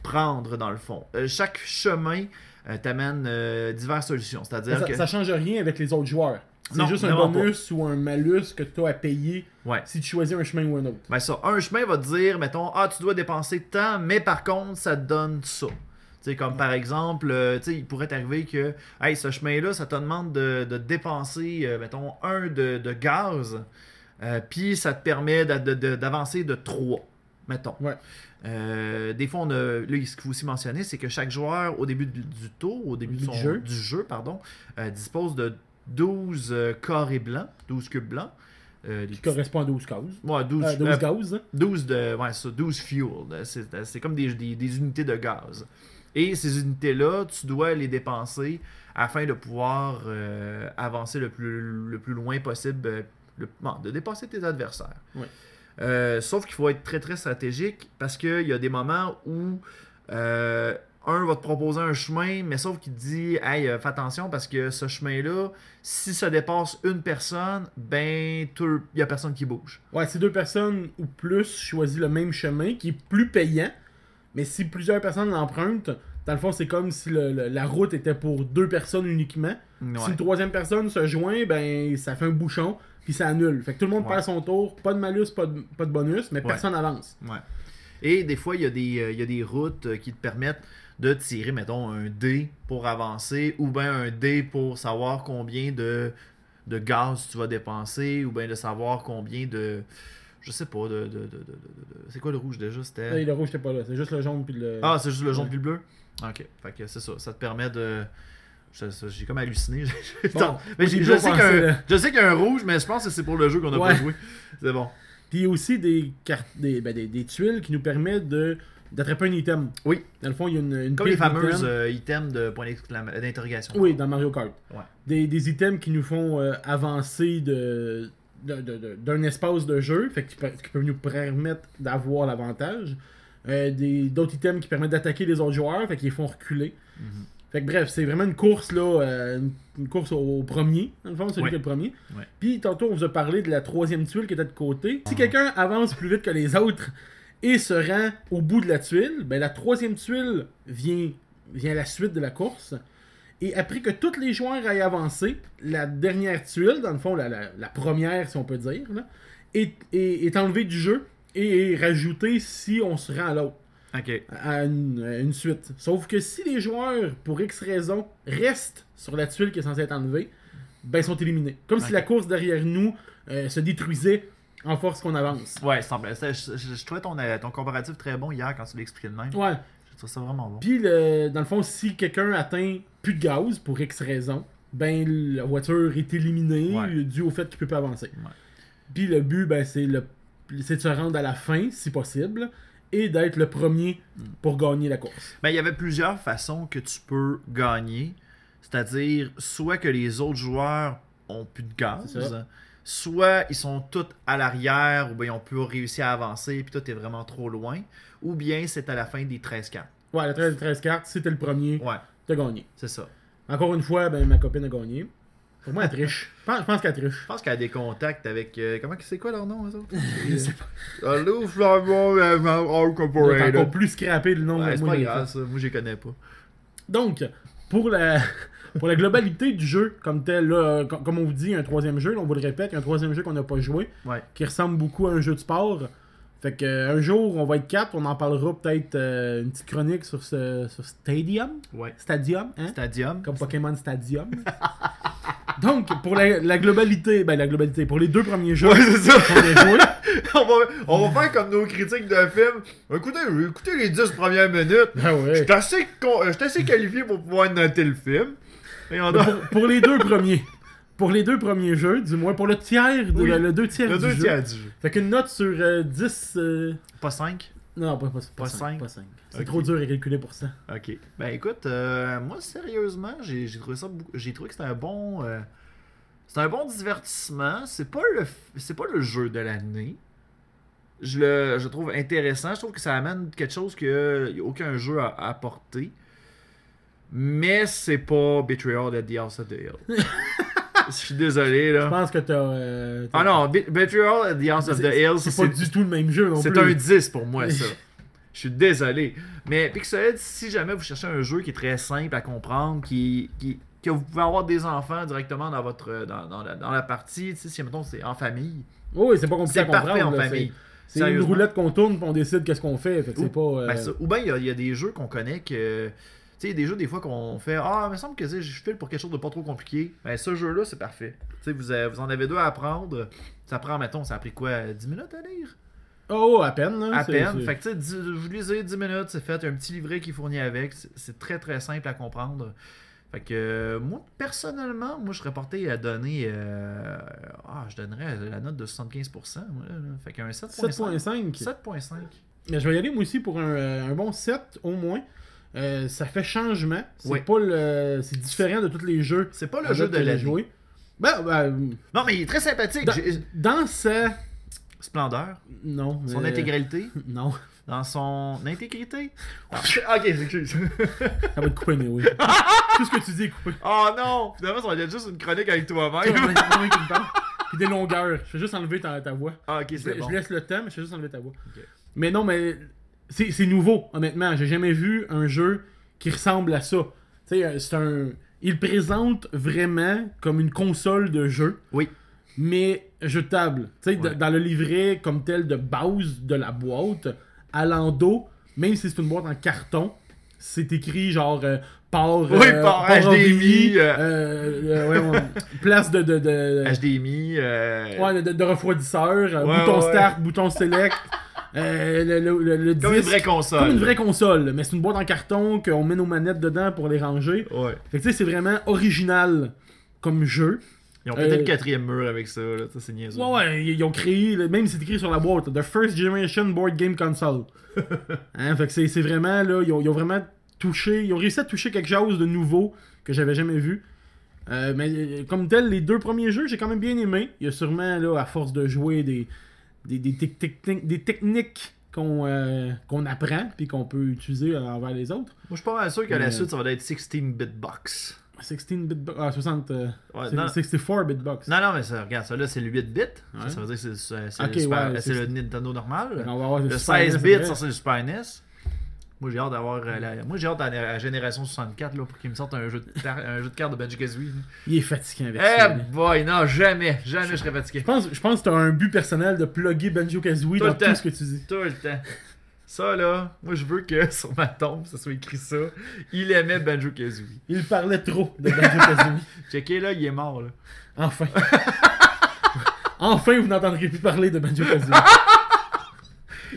Speaker 2: prendre dans le fond. Euh, chaque chemin euh, t'amène euh, diverses solutions. C'est-à-dire
Speaker 1: Ça,
Speaker 2: que...
Speaker 1: ça change rien avec les autres joueurs. C'est
Speaker 2: Non,
Speaker 1: juste un
Speaker 2: vraiment
Speaker 1: bonus ou un malus que tu as à payer
Speaker 2: Ouais.
Speaker 1: si tu choisis un chemin ou un autre.
Speaker 2: Ben ça, un chemin va te dire, mettons, ah, tu dois dépenser tant, mais par contre, ça te donne ça. Tu sais, comme par exemple, euh, tu sais, il pourrait t'arriver que, hey, ce chemin-là, ça te demande de, de dépenser, euh, mettons, un de, de gaz, euh, puis ça te permet d'a- de- de- d'avancer de, trois, mettons.
Speaker 1: Ouais.
Speaker 2: Euh, des fois, on a, là, ce qu'il faut aussi mentionner, c'est que chaque joueur, au début du, du tour, au début
Speaker 1: Du
Speaker 2: de son-
Speaker 1: jeu.
Speaker 2: du jeu, pardon, euh, dispose de 12 euh, carrés blancs, 12 cubes blancs. euh, des
Speaker 1: Qui
Speaker 2: petits-
Speaker 1: correspond à 12 causes.
Speaker 2: Ouais, 12,
Speaker 1: Euh, 12
Speaker 2: euh,
Speaker 1: gaz. hein.
Speaker 2: 12 de. Ouais, ça, 12 fuel. là. C'est euh, c'est comme des, des- des unités de gaz. Et ces unités-là, tu dois les dépenser afin de pouvoir euh, avancer le plus, le plus loin possible, euh, le- bon, de dépasser tes adversaires.
Speaker 1: Ouais.
Speaker 2: Euh, sauf qu'il faut être très très stratégique parce qu'il y a des moments où euh, un va te proposer un chemin, mais sauf qu'il te dit Hey, euh, fais attention parce que ce chemin-là, si ça dépasse une personne, ben, tout- il n'y a personne qui bouge.
Speaker 1: Ouais, si deux personnes ou plus choisissent le même chemin, qui est plus payant, mais si plusieurs personnes l'empruntent, dans le fond, c'est comme si le- le- la route était pour deux personnes uniquement.
Speaker 2: Ouais.
Speaker 1: Si une troisième personne se joint, ben ça fait un bouchon, puis ça annule. Fait que tout le monde
Speaker 2: Ouais.
Speaker 1: perd son tour, pas de malus, pas de, pas de bonus, mais
Speaker 2: Ouais.
Speaker 1: personne avance.
Speaker 2: Ouais. Et des fois, il y, a des, euh, il y a des routes euh, qui te permettent de tirer, mettons, un dé pour avancer, ou bien un dé pour savoir combien de, de gaz tu vas dépenser, ou bien de savoir combien de. Je sais pas, de. de- de- de- de- de- c'est quoi le rouge déjà C'était.
Speaker 1: Là, le rouge, j'étais pas là, c'est juste le jaune puis le.
Speaker 2: Euh. Ah, c'est juste le jaune
Speaker 1: Ouais.
Speaker 2: puis le bleu Ok. Fait que c'est ça. Ça te permet de. je- ça- J'ai comme halluciné. (laughs) J'ai-
Speaker 1: Bon,
Speaker 2: mais
Speaker 1: j'ai
Speaker 2: j'ai- je,
Speaker 1: toujours
Speaker 2: sais
Speaker 1: pensé,
Speaker 2: qu'un,
Speaker 1: là.
Speaker 2: je sais qu'il y a un rouge, mais je pense que c'est pour le jeu qu'on a
Speaker 1: Ouais.
Speaker 2: pas joué. C'est bon.
Speaker 1: Puis aussi des cartes, des, ben, des, des tuiles qui nous permettent de d'attraper un item.
Speaker 2: Oui.
Speaker 1: Dans le fond, il y a une, une
Speaker 2: Comme les
Speaker 1: pile d'items.
Speaker 2: fameux euh, items de point d'exclama- d'interrogation.
Speaker 1: Oui, dans Mario Kart.
Speaker 2: Ouais.
Speaker 1: Des, des items qui nous font euh, avancer de de- de- de- d'un espace de jeu, fait qui, peut- qui peuvent nous permettre d'avoir l'avantage. Euh, des- D'autres items qui permettent d'attaquer les autres joueurs, fait qu'ils les font reculer.
Speaker 2: Mhm.
Speaker 1: Fait que bref, c'est vraiment une course là, euh, une, une course au, au premier, dans le fond, celui
Speaker 2: Ouais.
Speaker 1: qui est le premier.
Speaker 2: Ouais.
Speaker 1: Puis tantôt on vous a parlé de la troisième tuile qui était de côté. Si quelqu'un avance plus vite que les autres et se rend au bout de la tuile, ben la troisième tuile vient, vient à la suite de la course. Et après que tous les joueurs aient avancé, la dernière tuile, dans le fond, la, la- la première si on peut dire, là, est, est- est enlevée du jeu et est rajoutée si on se rend à l'autre
Speaker 2: Ok.
Speaker 1: à une, à une suite. Sauf que si les joueurs, pour X raison, restent sur la tuile qui est censée être enlevée, ben ils sont éliminés. Comme
Speaker 2: Ok.
Speaker 1: si la course derrière nous euh, se détruisait en force qu'on avance.
Speaker 2: Ouais, ça semblait- ça- je, je- je trouvais ton, euh, ton comparatif très bon hier quand tu l'expliquais de même.
Speaker 1: Ouais.
Speaker 2: Je trouve ça vraiment bon.
Speaker 1: Puis, le- dans le fond, si quelqu'un atteint plus de gaz pour X raison, ben la voiture est éliminée
Speaker 2: Ouais.
Speaker 1: dû au fait qu'il peut pas avancer.
Speaker 2: Ouais.
Speaker 1: Puis le but, ben, c'est le c'est de se rendre à la fin, si possible, et d'être le premier
Speaker 2: Mm.
Speaker 1: pour gagner la course.
Speaker 2: Ben, il y avait plusieurs façons que tu peux gagner. C'est-à-dire, soit que les autres joueurs ont plus de
Speaker 1: C'est ça.
Speaker 2: gaz, soit ils sont tous à l'arrière, ou bien ils ont plus réussi à avancer, puis toi, t'es vraiment trop loin, ou bien c'est à la fin des 13 cartes.
Speaker 1: Ouais, la 13, 13 cartes, si t'es le premier,
Speaker 2: Ouais,
Speaker 1: t'as gagné.
Speaker 2: c'est ça.
Speaker 1: Encore une fois, ben, ma copine a gagné. Pour moi, elle triche. Je pense, je pense qu'elle
Speaker 2: Je
Speaker 1: triche.
Speaker 2: (laughs) pense qu'elle a des contacts avec. euh, comment que- c'est quoi leur nom, eux autres (laughs) Je sais pas. Hello, Flamand
Speaker 1: Elle est
Speaker 2: Incorporated.
Speaker 1: encore plus scrappé le nom
Speaker 2: Ouais,
Speaker 1: que
Speaker 2: c'est
Speaker 1: moi,
Speaker 2: pas
Speaker 1: j'ai
Speaker 2: grave,
Speaker 1: fait.
Speaker 2: ça. Moi, je les connais pas.
Speaker 1: Donc, pour la, (laughs) pour la globalité du jeu, comme tel, là, euh, com- comme on vous dit, il y a un troisième jeu, là, on vous le répète, il y a un troisième jeu qu'on n'a pas joué,
Speaker 2: Ouais.
Speaker 1: qui ressemble beaucoup à un jeu de sport. Fait que euh, un jour, on va être quatre, on en parlera peut-être euh, une petite chronique sur ce sur Stadium.
Speaker 2: Ouais.
Speaker 1: Stadium, hein?
Speaker 2: Stadium.
Speaker 1: Comme Pokémon Stadium. (laughs) Donc, pour la, la globalité, ben la globalité, pour les deux premiers jeux
Speaker 2: Ouais, c'est ça. (laughs)
Speaker 1: qu'on a joués,
Speaker 2: on, va, on va faire comme nos critiques de films. Écoutez, écoutez les 10 premières minutes.
Speaker 1: Ah ouais.
Speaker 2: J'étais assez, con- euh, j'étais assez qualifié pour pouvoir noter le film. Et on
Speaker 1: Mais
Speaker 2: a
Speaker 1: pour, pour les deux premiers. Pour les deux premiers jeux, du moins pour le tiers, de,
Speaker 2: Oui.
Speaker 1: le, le deux tiers
Speaker 2: le
Speaker 1: du
Speaker 2: deux
Speaker 1: jeu.
Speaker 2: tiers du jeu.
Speaker 1: Fait qu'une note sur euh, 10. euh,
Speaker 2: Pas 5.
Speaker 1: Non, pas, pas,
Speaker 2: Pas
Speaker 1: cinq,
Speaker 2: cinq.
Speaker 1: Pas cinq. C'est
Speaker 2: Ok.
Speaker 1: trop dur à calculer pour ça.
Speaker 2: Ok. Ben écoute, euh, moi sérieusement, j'ai j'ai trouvé ça beaucoup- j'ai trouvé que c'était un bon euh, c'est un bon divertissement, c'est pas le f- c'est pas le jeu de l'année. Je le je le trouve intéressant, je trouve que ça amène quelque chose que aucun jeu a a apporté. Mais c'est pas Betrayal at the House of
Speaker 1: (laughs)
Speaker 2: the Hill. Je suis désolé
Speaker 1: Je
Speaker 2: là.
Speaker 1: pense que t'as. euh, t'as-
Speaker 2: Ah non, Be- Betrayal at the House of the Hill,
Speaker 1: C'est pas
Speaker 2: c'est-
Speaker 1: du tout le même jeu non plus.
Speaker 2: c'est un 10 pour
Speaker 1: (laughs)
Speaker 2: moi, ça. Je suis désolé. Mais Pixelhead, si jamais vous cherchez un jeu qui est très simple à comprendre, qui, qui que vous pouvez avoir des enfants directement dans votre euh, dans, dans la, dans la partie. Tu sais, si mettons c'est en famille,
Speaker 1: Oh, oui, c'est pas compliqué
Speaker 2: c'est
Speaker 1: à comprendre.
Speaker 2: parfait en
Speaker 1: là,
Speaker 2: famille.
Speaker 1: C'est c'est une
Speaker 2: Sérieusement.
Speaker 1: roulette qu'on tourne puis on décide qu'est-ce qu'on fait. Fait que c'est
Speaker 2: Ouh,
Speaker 1: pas. euh,
Speaker 2: Ben, ça- ou bien il y a- il y, a des jeux qu'on connaît que. Tu sais, il y a des jeux des fois qu'on fait Ah, il me semble que tu sais, je file pour quelque chose de pas trop compliqué. Ben, ce jeu-là, c'est parfait. Tu sais, vous, avez- vous en avez deux à apprendre. Ça prend, mettons, ça a pris quoi 10 minutes à lire
Speaker 1: Oh, à peine. là,
Speaker 2: À
Speaker 1: c'est-
Speaker 2: peine.
Speaker 1: c'est-
Speaker 2: Fait que, tu sais, dix- vous lisez 10 minutes, c'est fait. Un petit livret qui est fourni avec. C'est- C'est très, très simple à comprendre. Fait que, euh, moi, personnellement, moi, je serais porté à donner. euh, Ah, je donnerais la note de 75%. Moi, là, là. Fait qu'un 7.5.
Speaker 1: 7.5.
Speaker 2: 7.5.
Speaker 1: Mais je vais y aller moi aussi pour un, euh, un bon 7 au moins. Euh, ça fait changement. C'est
Speaker 2: Oui.
Speaker 1: pas le. C'est différent de tous les jeux.
Speaker 2: C'est pas le
Speaker 1: avec
Speaker 2: jeu de
Speaker 1: que j'ai
Speaker 2: la
Speaker 1: joué. Ben, ben,
Speaker 2: Non, mais il est très sympathique.
Speaker 1: Dans-
Speaker 2: J'ai-
Speaker 1: dans sa.
Speaker 2: Splendeur,
Speaker 1: Non.
Speaker 2: son
Speaker 1: euh,
Speaker 2: intégralité,
Speaker 1: Non.
Speaker 2: dans son
Speaker 1: (laughs)
Speaker 2: intégrité. ok, excuse.
Speaker 1: Ça va être coupé, mais oui. Tout ce que tu dis est coupé.
Speaker 2: (laughs) oh non! Finalement, ça va être juste une chronique avec
Speaker 1: C'est (laughs)
Speaker 2: toi-même.
Speaker 1: vraiment qui me parle. Puis des longueurs. Je vais juste enlever ta, ta voix.
Speaker 2: ah, ok,
Speaker 1: Je,
Speaker 2: c'est
Speaker 1: je
Speaker 2: bon.
Speaker 1: laisse le temps, mais je vais juste enlever ta voix. Mais non, mais c'est c'est nouveau, honnêtement. J'ai jamais vu un jeu qui ressemble à ça. Tu sais, euh, c'est un. Il présente vraiment comme une console de jeu,
Speaker 2: Oui.
Speaker 1: mais jetable. Tu sais, d-
Speaker 2: Ouais.
Speaker 1: dans le livret comme tel de base de la boîte, à l'endo, même si c'est une boîte en carton, c'est écrit genre euh, port,
Speaker 2: Oui, port HDMI,
Speaker 1: euh, euh, ouais,
Speaker 2: (laughs)
Speaker 1: ouais, place de- de- de,
Speaker 2: HDMI, euh,
Speaker 1: Ouais, de, de refroidisseur, euh,
Speaker 2: Ouais,
Speaker 1: bouton
Speaker 2: ouais.
Speaker 1: start, bouton select, euh, le, le, le- le
Speaker 2: comme une
Speaker 1: disque.
Speaker 2: vraie console.
Speaker 1: Comme une vraie console, là, mais c'est une boîte en carton qu'on met nos manettes dedans pour les ranger.
Speaker 2: Ouais.
Speaker 1: Fait que tu sais, c'est vraiment original comme jeu.
Speaker 2: Ils ont peut-être
Speaker 1: Euh,
Speaker 2: le quatrième mur avec ça, là. Ça, c'est niaiseux.
Speaker 1: Ouais, ouais, ils ils ont créé, là, même c'est écrit sur la boîte, là, The First Generation Board Game
Speaker 2: (laughs)
Speaker 1: Console. Hein, fait que c'est c'est vraiment, là, ils ont, ils ont vraiment touché, ils ont réussi à toucher quelque chose de nouveau que j'avais jamais vu. Euh, mais euh, comme tel, les deux premiers jeux, j'ai quand même bien aimé. Il y a sûrement, là, à force de jouer, des, des, des tec- tec- tec- des techniques qu'on euh, qu'on apprend puis qu'on peut utiliser euh, envers les autres.
Speaker 2: Moi, je suis pas mal sûr qu'à la
Speaker 1: Mais-
Speaker 2: suite, ça va être 16-bit box.
Speaker 1: 16-bit box, ah, 60, euh,
Speaker 2: Ouais,
Speaker 1: c'est-
Speaker 2: non,
Speaker 1: 64-bit box.
Speaker 2: non, non, mais ça, regarde, ça là, c'est le 8-bit. Ça,
Speaker 1: Ouais.
Speaker 2: ça veut dire que c'est- c'est c'est
Speaker 1: Ok,
Speaker 2: le, Super-
Speaker 1: ouais,
Speaker 2: c'est
Speaker 1: c'est-
Speaker 2: le Nintendo normal.
Speaker 1: On va avoir
Speaker 2: Le
Speaker 1: Super NES,
Speaker 2: 16
Speaker 1: c'est
Speaker 2: bits,
Speaker 1: vrai.
Speaker 2: ça c'est le Super NES. Moi j'ai hâte d'avoir euh, la... moi j'ai hâte à la à la génération 64 là, pour qu'ils me sortent un jeu de, tar- un jeu de cartes de Banjo Kazooie.
Speaker 1: Il est fatiguant avec
Speaker 2: Eh
Speaker 1: ça, là.
Speaker 2: boy, non, jamais, jamais je serais fatigué.
Speaker 1: Je pense, je pense que t'as un but personnel de plugger Banjo Kazooie
Speaker 2: Tout
Speaker 1: dans
Speaker 2: le temps.
Speaker 1: tout ce que tu dis.
Speaker 2: Tout le temps. Ça là, moi je veux que (laughs) sur ma tombe, ça soit écrit ça. Il aimait Banjo Kazooie.
Speaker 1: Il parlait trop de Banjo
Speaker 2: (laughs)
Speaker 1: Kazooie.
Speaker 2: Checké là, il est mort là.
Speaker 1: Enfin. (laughs) enfin, vous n'entendrez plus parler de Banjo Kazooie.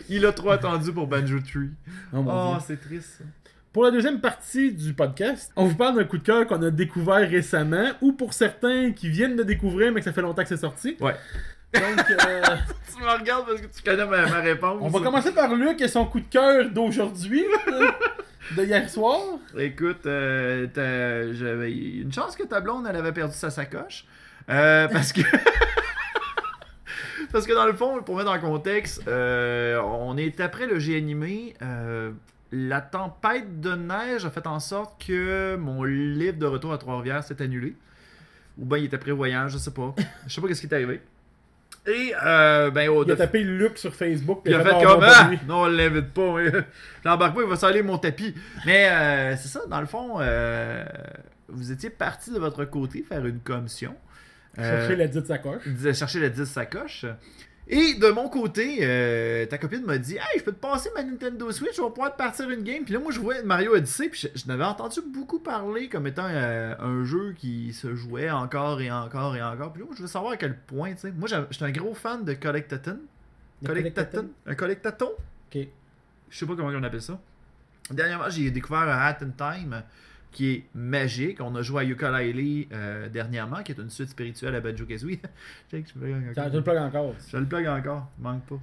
Speaker 2: Il a trop attendu pour Banjo Tree.
Speaker 1: Oh, mon
Speaker 2: Oh,
Speaker 1: Dieu.
Speaker 2: c'est triste ça.
Speaker 1: Pour la deuxième partie du podcast, on vous parle d'un coup de cœur qu'on a découvert récemment, ou pour certains qui viennent de découvrir mais que ça fait longtemps que c'est sorti.
Speaker 2: Ouais.
Speaker 1: Donc,
Speaker 2: (laughs)
Speaker 1: euh,
Speaker 2: Tu me regardes parce que tu connais ma, ma réponse.
Speaker 1: on va commencer par Luc et son coup de cœur d'aujourd'hui, de hier soir.
Speaker 2: Écoute, euh, t'as- j'avais une chance que ta blonde, elle avait perdu sa sacoche. Euh, parce que. (laughs) parce que dans le fond, pour mettre en contexte, euh, on est après le G animé. euh, la tempête de neige a fait en sorte que mon livre de retour à Trois-Rivières s'est annulé. Ou bien il était prévoyant, je sais pas. Je sais pas qu'est-ce qui est arrivé. Et, euh, ben, au
Speaker 1: Il a tapé Luc sur Facebook.
Speaker 2: puis il a fait
Speaker 1: non,
Speaker 2: comme
Speaker 1: non, pas
Speaker 2: ah,
Speaker 1: lui.
Speaker 2: non, on l'invite pas. oui. (laughs) Je l'embarque pas, il va saler mon tapis. Mais euh, c'est ça, dans le fond, euh, vous étiez parti de votre côté faire une commission. Euh,
Speaker 1: Chercher la dite sacoche.
Speaker 2: il disait chercher la 10 sacoche. Et de mon côté, euh, ta copine m'a dit Hey, je peux te passer ma Nintendo Switch, on va pouvoir te partir une game. Puis là, moi, je jouais Mario Odyssey, puis je, je n'avais entendu beaucoup parler comme étant euh, un jeu qui se jouait encore et encore et encore. Puis là, moi, je voulais savoir à quel point, tu sais. Moi, j'avais- j'étais un gros fan de Collectaton.
Speaker 1: De
Speaker 2: Collectaton Un Collectaton
Speaker 1: Ok.
Speaker 2: Je sais pas comment on appelle ça. Dernièrement, j'ai découvert un Hat in Time qui est magique. On a joué à Yooka-Laylee euh, dernièrement, qui est une suite spirituelle à (laughs) Banjo-Kazooie. Check, je me plug
Speaker 1: T'as-
Speaker 2: encore.
Speaker 1: Tu le plug encore.
Speaker 2: Je le plug encore, manque pas.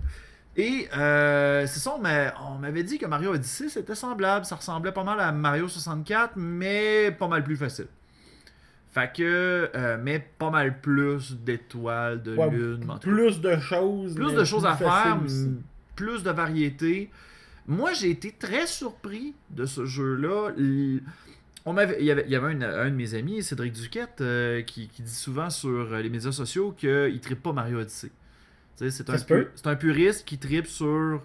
Speaker 2: Et euh, c'est ça, on m'a- on m'avait dit que Mario Odyssey c'était semblable, ça ressemblait pas mal à Mario 64, mais pas mal plus facile. Fait que, euh, mais pas mal plus d'étoiles, de
Speaker 1: Ouais,
Speaker 2: lune, en tout cas.
Speaker 1: plus de choses.
Speaker 2: plus
Speaker 1: mais
Speaker 2: de choses à
Speaker 1: facile
Speaker 2: faire,
Speaker 1: aussi.
Speaker 2: plus de variété. Moi, j'ai été très surpris de ce jeu-là. L- On m'avait- il, y avait, il y avait un, un de mes amis, Cédric Duquette, euh, qui, qui dit souvent sur euh, les médias sociaux qu'il ne tripe pas Mario Odyssey. Tu sais, C'est
Speaker 1: Ça
Speaker 2: un,
Speaker 1: se peut.
Speaker 2: pu- c'est un puriste qui tripe sur.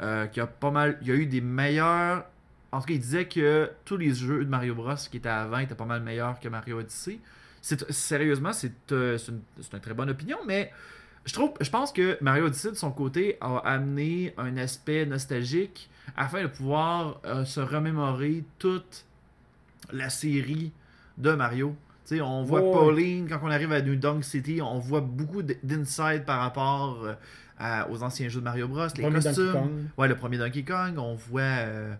Speaker 2: euh, qui a pas mal. Il y a eu des meilleurs En tout cas, il disait que tous les jeux de Mario Bros qui étaient avant étaient pas mal meilleurs que Mario Odyssey. C'est- Sérieusement, c'est euh, c'est une, c'est une très bonne opinion, mais je, trouve, je pense que Mario Odyssey, de son côté, a amené un aspect nostalgique afin de pouvoir euh, se remémorer toute la série de Mario. Tu sais, on voit
Speaker 1: Ouais.
Speaker 2: Pauline, quand on arrive à New Dunk City, on voit beaucoup d- d'insight par rapport euh, à- aux anciens jeux de Mario Bros, les
Speaker 1: Premier Donkey
Speaker 2: costumes.
Speaker 1: Kong.
Speaker 2: Ouais, le premier Donkey Kong, on voit. euh,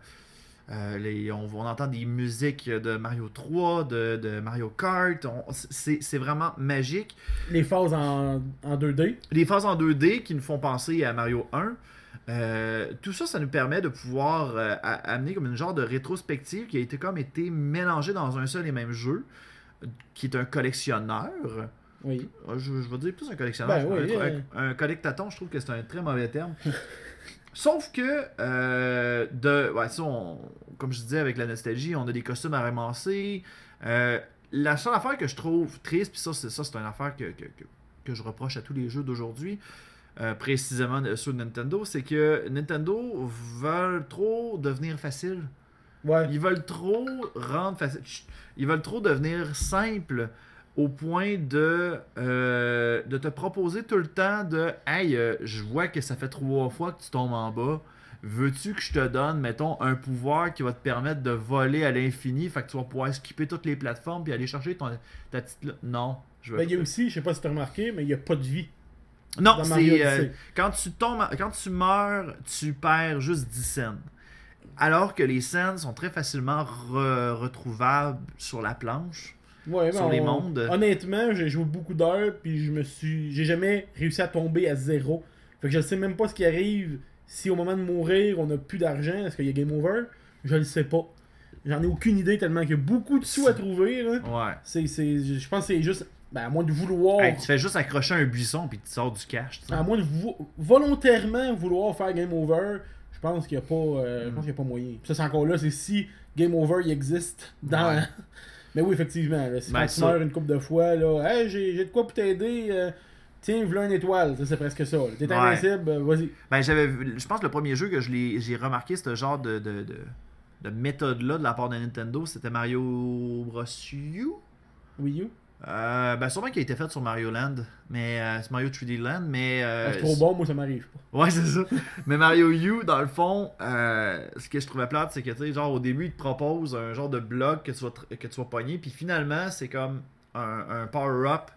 Speaker 2: euh, les, on, on entend des musiques de Mario 3, de, de Mario Kart. on- c'est c'est vraiment magique.
Speaker 1: Les phases en, en 2D.
Speaker 2: Les phases en 2D qui nous font penser à Mario 1. euh, tout ça, ça nous permet de pouvoir euh, a- amener comme une genre de rétrospective qui a été comme été mélangée dans un seul et même jeu, euh, qui est un collectionneur.
Speaker 1: Oui.
Speaker 2: Euh, Je, je vais dire plus un collectionneur.
Speaker 1: Ben
Speaker 2: je-
Speaker 1: oui,
Speaker 2: un,
Speaker 1: euh.
Speaker 2: un collectaton, je trouve que c'est un très mauvais terme. (laughs) Sauf que, euh, de, ouais, ça, on- comme je disais avec la nostalgie, on a des costumes à ramasser. Euh, la seule affaire que je trouve triste, puis ça, c'est ça, c'est une affaire que, que, que- que je reproche à tous les jeux d'aujourd'hui, euh, précisément euh, ceux de Nintendo, c'est que Nintendo veulent trop devenir facile.
Speaker 1: Ouais.
Speaker 2: Ils veulent trop rendre faci- Chut. Ils veulent trop devenir simples au point de, euh, de te proposer tout le temps de Hey, euh, je vois que ça fait trois fois que tu tombes en bas. Veux-tu que je te donne, mettons, un pouvoir qui va te permettre de voler à l'infini, fait que tu vas pouvoir skipper toutes les plateformes puis aller chercher ton, ta petite. lo- Non, je veux
Speaker 1: Ben, il y a aussi, je sais pas si t'as remarqué, mais il y a pas de vie
Speaker 2: Non,
Speaker 1: dans Mario
Speaker 2: c'est. euh,
Speaker 1: Odyssey.
Speaker 2: quand tu tombes, quand tu meurs, tu perds juste 10 cents. Alors que les scènes sont très facilement re- retrouvables sur la planche.
Speaker 1: Ouais,
Speaker 2: sur
Speaker 1: ben,
Speaker 2: les
Speaker 1: on-
Speaker 2: mondes.
Speaker 1: Honnêtement, j'ai joué beaucoup d'heures, puis je me suis. J'ai jamais réussi à tomber à zéro. Fait que je sais même pas ce qui arrive si au moment de mourir, on a plus d'argent, est-ce qu'il y a game over Je le sais pas. J'en ai aucune idée tellement qu'il y a beaucoup de sous à trouver, là.
Speaker 2: Ouais.
Speaker 1: C'est, c'est, je pense que c'est juste. Ben, à moins de vouloir.
Speaker 2: Hey, tu fais juste accrocher un buisson puis tu sors du cash. tu sais.
Speaker 1: À moins de vou- volontairement vouloir faire game over, je pense qu'il n'y a, pas, euh, je pense qu'il y a pas moyen. Puis ça, c'est encore là, c'est si game over il existe dans.
Speaker 2: Ouais.
Speaker 1: (laughs) Mais oui, effectivement, là, si
Speaker 2: Ben,
Speaker 1: quand tu
Speaker 2: ça-
Speaker 1: meurs une couple de fois, là, hey, j'ai j'ai de quoi pour t'aider, euh, tiens, voilà une étoile, Ça, c'est presque ça. là. T'es
Speaker 2: Ouais.
Speaker 1: invincible, euh, vas-y.
Speaker 2: Ben, j'avais vu- je pense que le premier jeu que je l'ai- j'ai remarqué ce genre de, de, de, de méthode-là de la part de Nintendo, c'était Mario Bros. U.
Speaker 1: Wii U.
Speaker 2: Euh, ben, sûrement qu'il a été fait sur Mario Land, mais euh, c'est Mario 3D Land, mais. euh,
Speaker 1: Ah, c'est trop bon, moi ça m'arrive pas.
Speaker 2: Ouais, c'est ça. Mais Mario U, dans le fond, euh, ce que je trouvais plate, c'est que, tu sais, genre, au début, il te propose un genre de bloc que tu vas, tr- que tu vas pogner, puis finalement, c'est comme un, un power-up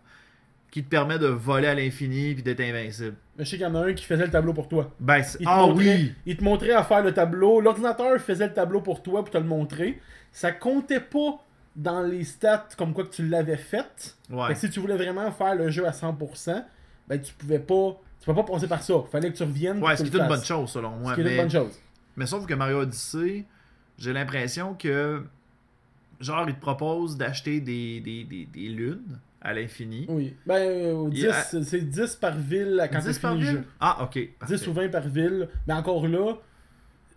Speaker 2: qui te permet de voler à l'infini puis d'être invincible.
Speaker 1: Mais je sais qu'il y en a un qui faisait le tableau pour toi.
Speaker 2: Ben, c'est-
Speaker 1: Il te
Speaker 2: ah
Speaker 1: montrait-
Speaker 2: oui!
Speaker 1: Il te montrait à faire le tableau. L'ordinateur faisait le tableau pour toi pour te le montrer. Ça comptait pas dans les stats comme quoi que tu l'avais fait. Fait
Speaker 2: Ouais.
Speaker 1: que si tu voulais vraiment faire le jeu à 100%, ben tu pouvais pas, tu pouvais pas passer par ça. Fallait que tu reviennes. pour
Speaker 2: Ouais, ce
Speaker 1: que
Speaker 2: qui
Speaker 1: tu
Speaker 2: est
Speaker 1: le
Speaker 2: une bonne
Speaker 1: fasses.
Speaker 2: chose, selon moi.
Speaker 1: Ce qui est une
Speaker 2: mais-
Speaker 1: bonne chose.
Speaker 2: Mais sauf que Mario Odyssey, j'ai l'impression que. Genre, il te propose d'acheter des, des, des, des lunes à l'infini.
Speaker 1: Oui. Ben, euh,
Speaker 2: Il
Speaker 1: 10,
Speaker 2: y a-
Speaker 1: c'est- c'est 10 par ville là, quand
Speaker 2: 10
Speaker 1: tu
Speaker 2: par
Speaker 1: finis le
Speaker 2: ville?
Speaker 1: jeu.
Speaker 2: Ah, ok. parfait.
Speaker 1: 10 ou 20 par ville. Mais encore là,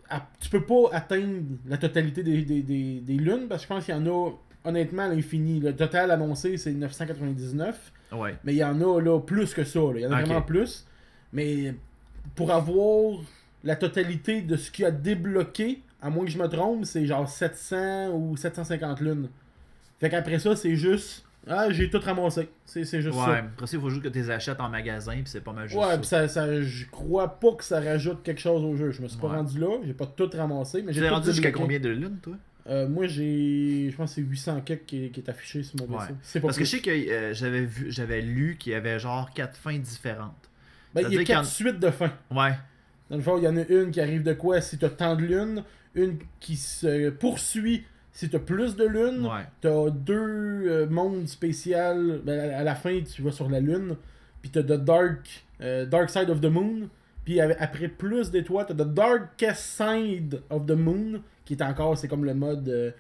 Speaker 1: à- tu peux pas atteindre la totalité des, des, des, des lunes parce que je pense qu'il y en a honnêtement à l'infini. Le total annoncé c'est 999.
Speaker 2: Ouais.
Speaker 1: Mais il y en a là, plus que ça. là. Il y en a
Speaker 2: Ok.
Speaker 1: vraiment plus. Mais pour avoir la totalité de ce qu'il y a débloqué, à moins que je me trompe, c'est genre 700 ou 750 lunes. Fait qu'après ça, c'est juste. Ah, j'ai tout ramassé. C'est c'est juste
Speaker 2: Ouais, après ça, il faut juste que tu les achètes en magasin, puis c'est pas
Speaker 1: ça.
Speaker 2: mal juste
Speaker 1: Ouais,
Speaker 2: ça.
Speaker 1: pis ça, ça- je crois pas que ça rajoute quelque chose au jeu. Je me suis
Speaker 2: Ouais.
Speaker 1: pas rendu là, j'ai pas tout ramassé, mais
Speaker 2: Tu
Speaker 1: j'ai
Speaker 2: l'as
Speaker 1: tout
Speaker 2: rendu jusqu'à
Speaker 1: débloqué.
Speaker 2: combien de lunes, toi
Speaker 1: Euh, Moi j'ai, je pense que c'est 800 quelques qui, est- qui est affiché sur mon PC.
Speaker 2: Ouais.
Speaker 1: C'est pas
Speaker 2: Parce que
Speaker 1: plus.
Speaker 2: je sais que euh, j'avais vu, j'avais lu qu'il y avait genre quatre fins différentes.
Speaker 1: Ben,
Speaker 2: ça
Speaker 1: il y
Speaker 2: veut
Speaker 1: a
Speaker 2: dire
Speaker 1: 4
Speaker 2: qu'il
Speaker 1: suites de fin.
Speaker 2: Ouais.
Speaker 1: Dans le fond, il y en a une qui arrive de quoi si t'as tant de lune, une qui se poursuit si t'as plus de lune,
Speaker 2: Ouais.
Speaker 1: t'as deux euh, mondes spéciaux. Ben, à, à la fin, tu vas sur la lune, puis t'as The Dark, euh, Dark Side of the Moon, puis av- après plus d'étoiles, t'as The Darkest Side of the Moon, qui est encore, c'est comme le mode euh,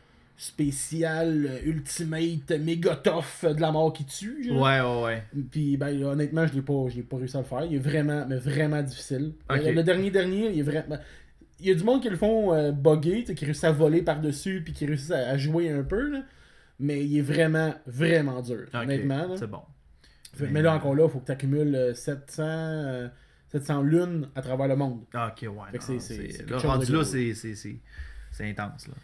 Speaker 1: spécial, euh, ultimate, méga tough euh, de la mort qui tue. là.
Speaker 2: Ouais, ouais, ouais.
Speaker 1: Puis ben honnêtement, je l'ai pas je l'ai pas réussi à le faire, il est vraiment mais vraiment difficile. Euh,
Speaker 2: Ok.
Speaker 1: Le, le dernier dernier, il est vraiment il y a du monde qui le font euh, bugger, tu sais, qui réussissent à voler par-dessus puis qui réussissent à, à jouer un peu là. mais il est vraiment vraiment dur
Speaker 2: Ok,
Speaker 1: honnêtement. là.
Speaker 2: C'est bon.
Speaker 1: Fait- Mais là encore là, faut que tu accumules 700 euh, 700 lunes à travers le monde.
Speaker 2: Ah, Ok, ouais.
Speaker 1: Fait que
Speaker 2: non,
Speaker 1: c'est- c'est-
Speaker 2: c'est-
Speaker 1: c'est
Speaker 2: là,
Speaker 1: quelque chose
Speaker 2: rendu
Speaker 1: de
Speaker 2: là,
Speaker 1: gros.
Speaker 2: c'est. c'est- c'est- C'est intense, là.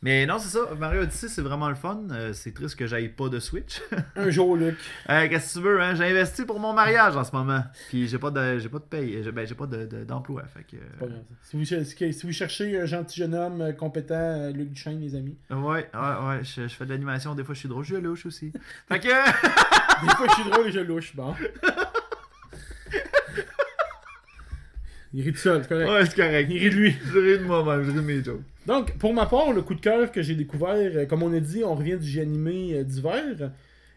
Speaker 2: Mais non, c'est ça. Mario Odyssey, c'est vraiment le fun. Euh, c'est triste que j'aille pas de Switch. (laughs)
Speaker 1: Un jour, Luc.
Speaker 2: Euh, Qu'est-ce que tu veux, hein? J'ai investi pour mon mariage en ce moment. Puis j'ai pas de, j'ai pas de paye. J'ai ben, j'ai pas de- de- d'emploi. fait que, euh,
Speaker 1: C'est pas grave. Si vous, cher- si vous cherchez un gentil jeune homme euh, compétent, euh, Luc Duchesne, les amis.
Speaker 2: euh, ouais, ouais, ouais. Je, je fais de l'animation. Des fois, je suis drôle. Je suis louche (laughs) aussi. Fait que.
Speaker 1: Des fois, je suis drôle et je louche, bon. Il rit tout seul, c'est correct.
Speaker 2: Ouais, c'est correct.
Speaker 1: Il rit de lui.
Speaker 2: Je ris de moi-même, je ris de mes jokes.
Speaker 1: Donc, pour ma part, le coup de cœur que j'ai découvert, euh, comme on a dit, on revient du jeu animé euh, d'hiver.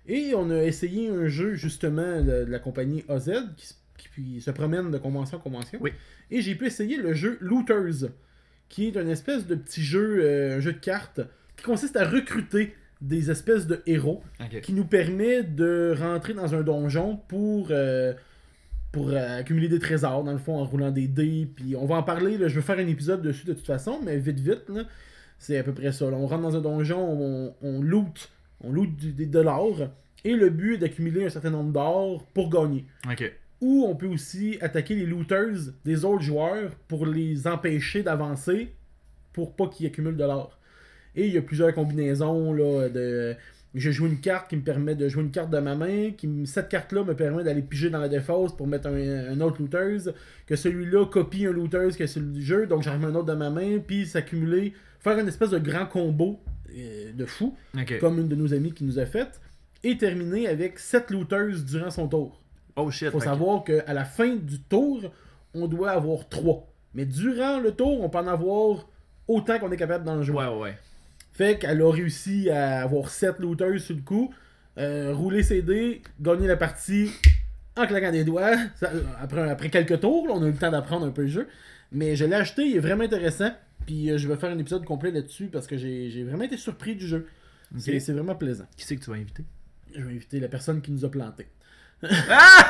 Speaker 1: Et on a essayé un jeu, justement, de, de la compagnie OZ, qui, se- qui puis se promène de convention en convention.
Speaker 2: Oui.
Speaker 1: Et j'ai pu essayer le jeu Looters, qui est une espèce de petit jeu, euh, un jeu de cartes, qui consiste à recruter des espèces de héros
Speaker 2: Ok.
Speaker 1: qui nous permet de rentrer dans un donjon pour, euh, pour euh, accumuler des trésors, dans le fond, en roulant des dés. Puis on va en parler, là, je veux faire un épisode dessus de toute façon, mais vite, vite, là, c'est à peu près ça. là. On rentre dans un donjon, on, on loot, on loot du- des dollars, et le but est d'accumuler un certain nombre d'or pour gagner.
Speaker 2: Ok.
Speaker 1: Ou on peut aussi attaquer les looters des autres joueurs pour les empêcher d'avancer pour pas qu'ils accumulent de l'or. Et il y a plusieurs combinaisons là, de je joue une carte qui me permet de jouer une carte de ma main, qui me- cette carte-là me permet d'aller piger dans la défausse pour mettre un, un autre looters, que celui-là copie un looters que celui du jeu, donc j'en remets un autre de ma main, puis s'accumuler, faire une espèce de grand combo euh, de fou,
Speaker 2: Ok.
Speaker 1: comme une de nos amies qui nous a fait, et terminer avec 7 looters durant son tour.
Speaker 2: Oh shit.
Speaker 1: Il faut
Speaker 2: fait que-
Speaker 1: savoir qu'à la fin du tour, on doit avoir 3. Mais durant le tour, on peut en avoir autant qu'on est capable d'en jouer.
Speaker 2: Ouais, ouais, ouais.
Speaker 1: Fait qu'elle a réussi à avoir 7 looters sur le coup, euh, rouler ses dés, gagner la partie en claquant des doigts. Ça- euh, après, après quelques tours, là, on a eu le temps d'apprendre un peu le jeu. Mais je l'ai acheté, il est vraiment intéressant. Puis euh, je vais faire un épisode complet là-dessus parce que j'ai j'ai vraiment été surpris du jeu.
Speaker 2: Ok.
Speaker 1: C'est- C'est vraiment plaisant.
Speaker 2: Qui c'est que tu vas inviter
Speaker 1: Je vais inviter la personne qui nous a
Speaker 2: (laughs)
Speaker 1: planté.
Speaker 2: Ah!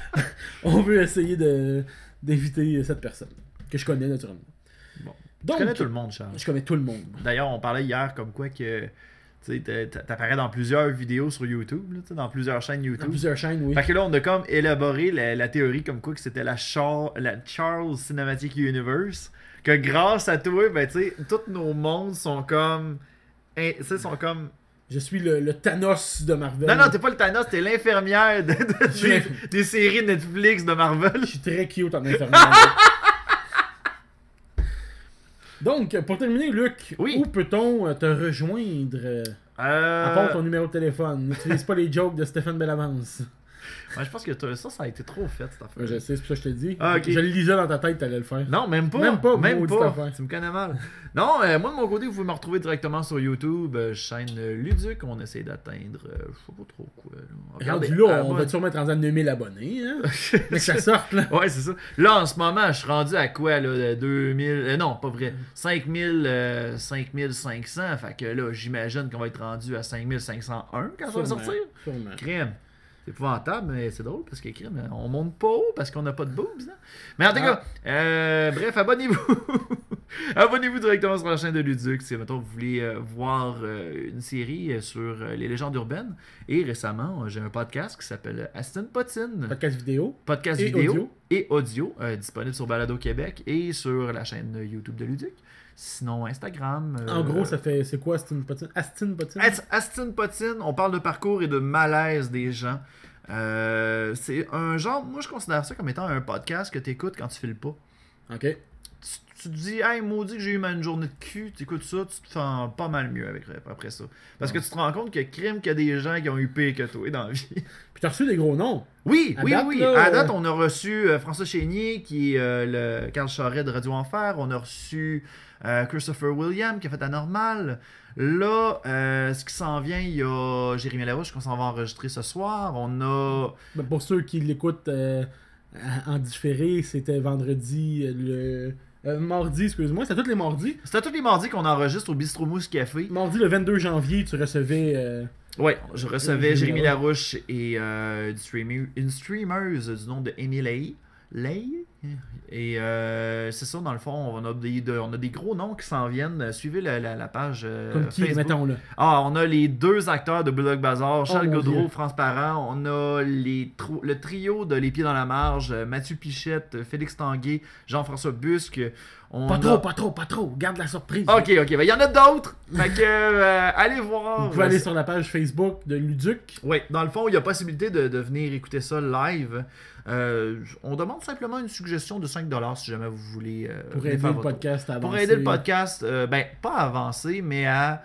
Speaker 1: (laughs) On veut essayer de d'éviter cette personne que je connais naturellement.
Speaker 2: Bon.
Speaker 1: Donc,
Speaker 2: Je connais tout le monde, Charles.
Speaker 1: je connais tout le monde.
Speaker 2: D'ailleurs, on parlait hier comme quoi que tu sais, t'a- t'a- t'apparais dans plusieurs vidéos sur YouTube, là, tu sais, dans plusieurs chaînes
Speaker 1: Dans
Speaker 2: YouTube.
Speaker 1: plusieurs chaînes, oui.
Speaker 2: Fait que là, on a comme élaboré la, la théorie comme quoi que c'était la, Char- la Charles Cinematic Universe. Que grâce à toi, ben tu sais, tous nos mondes sont comme. hein, tu sais, sont comme.
Speaker 1: Je suis le, le Thanos de Marvel.
Speaker 2: Non, non, t'es pas le Thanos, t'es l'infirmière de- de-
Speaker 1: Ben Je suis
Speaker 2: des-
Speaker 1: l'infirmière.
Speaker 2: des séries Netflix de Marvel.
Speaker 1: Je suis très cute en
Speaker 2: (laughs)
Speaker 1: infirmière. Donc, pour terminer, Luc,
Speaker 2: Oui.
Speaker 1: où peut-on euh, te rejoindre euh,
Speaker 2: Euh,
Speaker 1: À part ton numéro de téléphone. N'utilise pas les jokes de Stéphane Bellavance.
Speaker 2: ouais, je pense que t'as- ça, ça a été trop fait cette affaire.
Speaker 1: Ouais, je sais, c'est pour ça que je te le dis.
Speaker 2: Euh. Ah, ok.
Speaker 1: Je le lisais dans ta tête, t'allais le faire.
Speaker 2: Non, même pas.
Speaker 1: Même pas,
Speaker 2: Même
Speaker 1: maudite
Speaker 2: pas.
Speaker 1: affaire.
Speaker 2: Tu me connais mal. Non, euh, moi de mon côté, vous pouvez me retrouver directement sur YouTube, euh, chaîne euh, Luduc. On essaie d'atteindre, euh, je sais pas trop quoi. là. Regardez,
Speaker 1: Rendu là,
Speaker 2: euh,
Speaker 1: on
Speaker 2: moi-
Speaker 1: va sûrement être rendu à 9000 abonnés.
Speaker 2: (laughs)
Speaker 1: Hein? Mais que ça sorte, là.
Speaker 2: Ouais, c'est ça. Là, en ce moment, je suis rendu à quoi, là, de 2000... euh, non, pas
Speaker 1: Mm.
Speaker 2: vrai. 5000, euh, 5500. Fait que là, j'imagine qu'on va être rendu à 5501 quand ça va
Speaker 1: Sûrement,
Speaker 2: sortir.
Speaker 1: sûrement.
Speaker 2: Crème. C'est épouvantable, mais c'est drôle parce que crème, euh, on monte pas haut parce qu'on n'a pas de boobs. hein. Mais en tout cas,
Speaker 1: Ah.
Speaker 2: euh, bref, abonnez-vous. (laughs) abonnez-vous directement sur la chaîne de Luduc si maintenant vous voulez euh, voir euh, une série euh, sur euh, les légendes urbaines. Et récemment, euh, j'ai un podcast qui s'appelle Aston Potine.
Speaker 1: Podcast vidéo.
Speaker 2: Podcast
Speaker 1: Et
Speaker 2: vidéo
Speaker 1: audio.
Speaker 2: et audio euh, disponible sur Balado Québec et sur la chaîne YouTube de Luduc. Sinon, Instagram. euh,
Speaker 1: En gros, ça fait. C'est quoi Astin Potine Astin Potine
Speaker 2: Ast- Astin Potine, on parle de parcours et de malaise des gens. Euh, c'est un genre, moi je considère ça comme étant un podcast que tu écoutes quand tu files pas.
Speaker 1: Ok.
Speaker 2: Tu, tu te dis, hey, maudit que j'ai eu ma une journée de cul, tu écoutes ça, tu te sens pas mal mieux avec, après ça. Parce que tu te rends compte que crime qu'il y a des gens qui ont eu pire que toi dans la vie.
Speaker 1: Puis t'as reçu des gros noms.
Speaker 2: Oui,
Speaker 1: À
Speaker 2: oui,
Speaker 1: date,
Speaker 2: oui.
Speaker 1: là,
Speaker 2: à
Speaker 1: euh,
Speaker 2: date, on a reçu euh, François Chénier, qui est euh, le Carl Charret de Radio Enfer. On a reçu euh, Christopher William, qui a fait Anormal. Là, euh, ce qui s'en vient, il y a Jérémy Larouche qu'on s'en va enregistrer ce soir. On a.
Speaker 1: Ben, pour ceux qui l'écoutent euh, en différé, c'était vendredi euh, le. euh, mardi, excuse-moi, c'est tous les mardis.
Speaker 2: C'était tous les mardis qu'on enregistre au Bistro Mousse Café.
Speaker 1: Mardi le 22 janvier, tu recevais. euh,
Speaker 2: Ouais, je recevais
Speaker 1: Jérémy
Speaker 2: Jérémy Larouche et euh, une, streamer- une streameuse du nom de Emily. Lay. Et euh, c'est ça, dans le fond, on a des, de- on a des gros noms qui s'en viennent. Suivez la, la- la page. euh,
Speaker 1: Comme qui,
Speaker 2: Facebook.
Speaker 1: mettons là.
Speaker 2: Ah, on a les deux acteurs de Bulldog Bazaar, Charles
Speaker 1: mon
Speaker 2: Gaudreau,
Speaker 1: Dieu.
Speaker 2: France Parent. On a les tro- le trio de Les Pieds dans la Marge, euh, Mathieu Pichette, euh, Félix Tanguay, Jean-François Busque. On
Speaker 1: Pas
Speaker 2: a-
Speaker 1: trop, pas trop, pas trop. Garde la surprise.
Speaker 2: Ok, ok. ben, Il y en a d'autres. Fait que, euh, allez voir.
Speaker 1: Vous pouvez aller sur la page Facebook de Luduc.
Speaker 2: Oui, dans le fond, il y a possibilité de, de venir écouter ça live. Euh, on demande simplement une suggestion de 5$ si jamais vous voulez. euh,
Speaker 1: Pour
Speaker 2: venir
Speaker 1: aider
Speaker 2: faire
Speaker 1: le
Speaker 2: votre tour.
Speaker 1: podcast à avancer.
Speaker 2: Pour aider le podcast, euh, ben, pas à avancer, mais à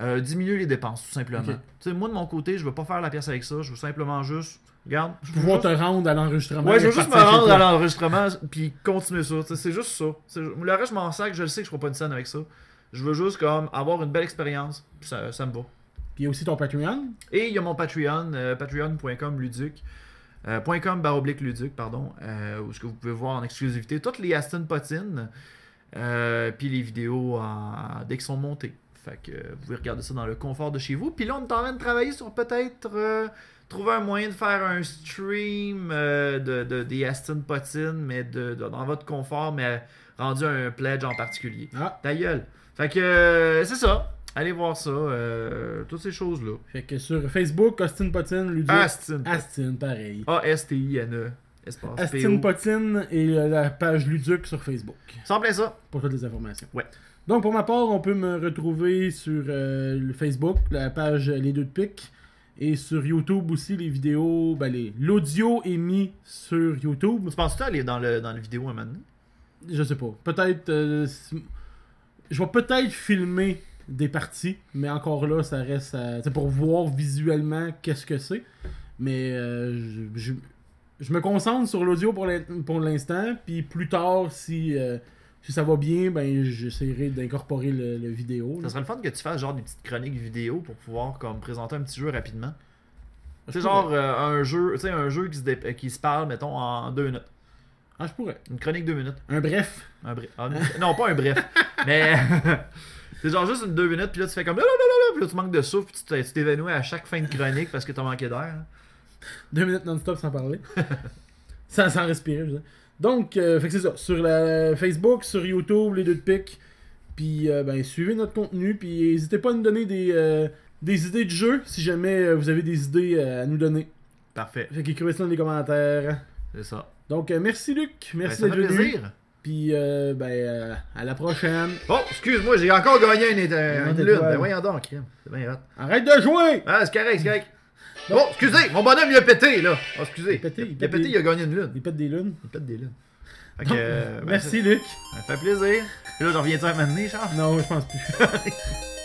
Speaker 2: euh, diminuer les dépenses, tout simplement.
Speaker 1: Ok.
Speaker 2: Tu sais, moi, de mon côté, je veux pas faire la pièce avec ça. Je veux simplement juste. Regarde. Je veux
Speaker 1: Pouvoir
Speaker 2: juste-
Speaker 1: te rendre à l'enregistrement.
Speaker 2: Ouais, je veux
Speaker 1: et
Speaker 2: juste me
Speaker 1: partir chez
Speaker 2: rendre
Speaker 1: toi.
Speaker 2: à l'enregistrement puis continuer ça. Tu sais, C'est juste ça. C'est ju- Le reste, je m'en sac. Je le sais que je ferai pas une scène avec ça. Je veux juste comme avoir une belle expérience. puis Ça, ça me va.
Speaker 1: Puis il y a aussi ton Patreon.
Speaker 2: Et il y a mon Patreon, euh, patreon.com luduc. euh, .com baroblique luduc, pardon, euh, où ce que vous pouvez voir en exclusivité toutes les Aston Potine, euh, puis les vidéos en- dès qu'ils sont montées. Fait que euh, vous pouvez regarder ça dans le confort de chez vous. Puis là, on est en train de travailler sur peut-être euh, trouver un moyen de faire un stream euh, de, de- des Aston Potine, mais de, de- dans votre confort, mais rendu à un pledge en particulier.
Speaker 1: Ah.
Speaker 2: Ta gueule. Fait que euh, c'est ça. Allez voir ça. euh, toutes ces choses-là.
Speaker 1: Fait que sur Facebook, Austin Potine, Luduc.
Speaker 2: Ah, Astin.
Speaker 1: Astin, pareil.
Speaker 2: A-S-T-I-N-E. E. Espace
Speaker 1: Astin
Speaker 2: P-O.
Speaker 1: Potine et euh, la page Luduc sur Facebook.
Speaker 2: Sans plein ça.
Speaker 1: pour toutes les informations.
Speaker 2: Ouais.
Speaker 1: Donc, pour ma part, on peut me retrouver sur euh, le Facebook, la page euh, Les Deux de Pique, et sur YouTube aussi, les vidéos, ben, les- l'audio est mis sur YouTube.
Speaker 2: Tu penses-tu aller dans le, dans le vidéo un moment donné?
Speaker 1: Je sais pas, peut-être. euh, si- je vais peut-être filmer des parties, mais encore là, ça reste à- c'est pour voir visuellement qu'est-ce que c'est. Mais euh, je, je- je me concentre sur l'audio pour l'in- pour l'instant, puis plus tard, si, euh, si ça va bien, ben j'essaierai d'incorporer le, le vidéo. là.
Speaker 2: Ça serait le fun que tu fasses genre des petites chroniques vidéo pour pouvoir comme présenter un petit jeu rapidement.
Speaker 1: Ah, Je
Speaker 2: Tu sais,
Speaker 1: pourrais.
Speaker 2: genre euh, un jeu, tu sais, un jeu qui se, dé- qui se parle, mettons, en deux minutes.
Speaker 1: Ah, je pourrais.
Speaker 2: Une chronique deux minutes.
Speaker 1: Un bref.
Speaker 2: Un bref. Ah, non, non, pas
Speaker 1: (laughs)
Speaker 2: un bref. mais. (laughs) C'est genre juste une deux minutes, puis là tu fais comme. là, là, là, là, Puis là tu manques de souffle, puis tu t'es- tu t'évanouis à chaque fin de chronique parce que t'as manqué d'air. hein.
Speaker 1: Deux minutes non-stop sans parler. (laughs) sans, sans respirer, je veux dire. Donc, euh, fait que c'est ça. Sur la Facebook, sur YouTube, les deux de pique. Puis, euh, ben, suivez notre contenu. Puis, n'hésitez pas à nous donner des, euh, des idées de jeux si jamais euh, vous avez des idées euh, à nous donner.
Speaker 2: Parfait.
Speaker 1: Fait qu'écrivez ça dans les commentaires.
Speaker 2: C'est ça.
Speaker 1: Donc, euh, merci Luc.
Speaker 2: Ben,
Speaker 1: Merci
Speaker 2: ça fait
Speaker 1: d'être venu.
Speaker 2: plaisir.
Speaker 1: Puis, euh, ben, euh, à la prochaine.
Speaker 2: Oh, excuse-moi, j'ai encore gagné une, une,
Speaker 1: Une autre
Speaker 2: lune.
Speaker 1: étoile.
Speaker 2: Ben voyons donc, crime. c'est bien hot.
Speaker 1: Arrête de jouer!
Speaker 2: Ah, c'est correct, c'est correct. Oh, excusez, mon bonhomme, il a pété, là. Oh, excusez.
Speaker 1: Il a pété, il a
Speaker 2: il a, pété,
Speaker 1: pété.
Speaker 2: il a gagné une lune.
Speaker 1: Il pète des lunes.
Speaker 2: Il pète des lunes. Fait que,
Speaker 1: Donc, (laughs)
Speaker 2: euh, ben,
Speaker 1: merci Luc.
Speaker 2: Ça, ça fait plaisir. Puis là, j'en reviens-tu à m'amener, Charles?
Speaker 1: Non, je pense plus.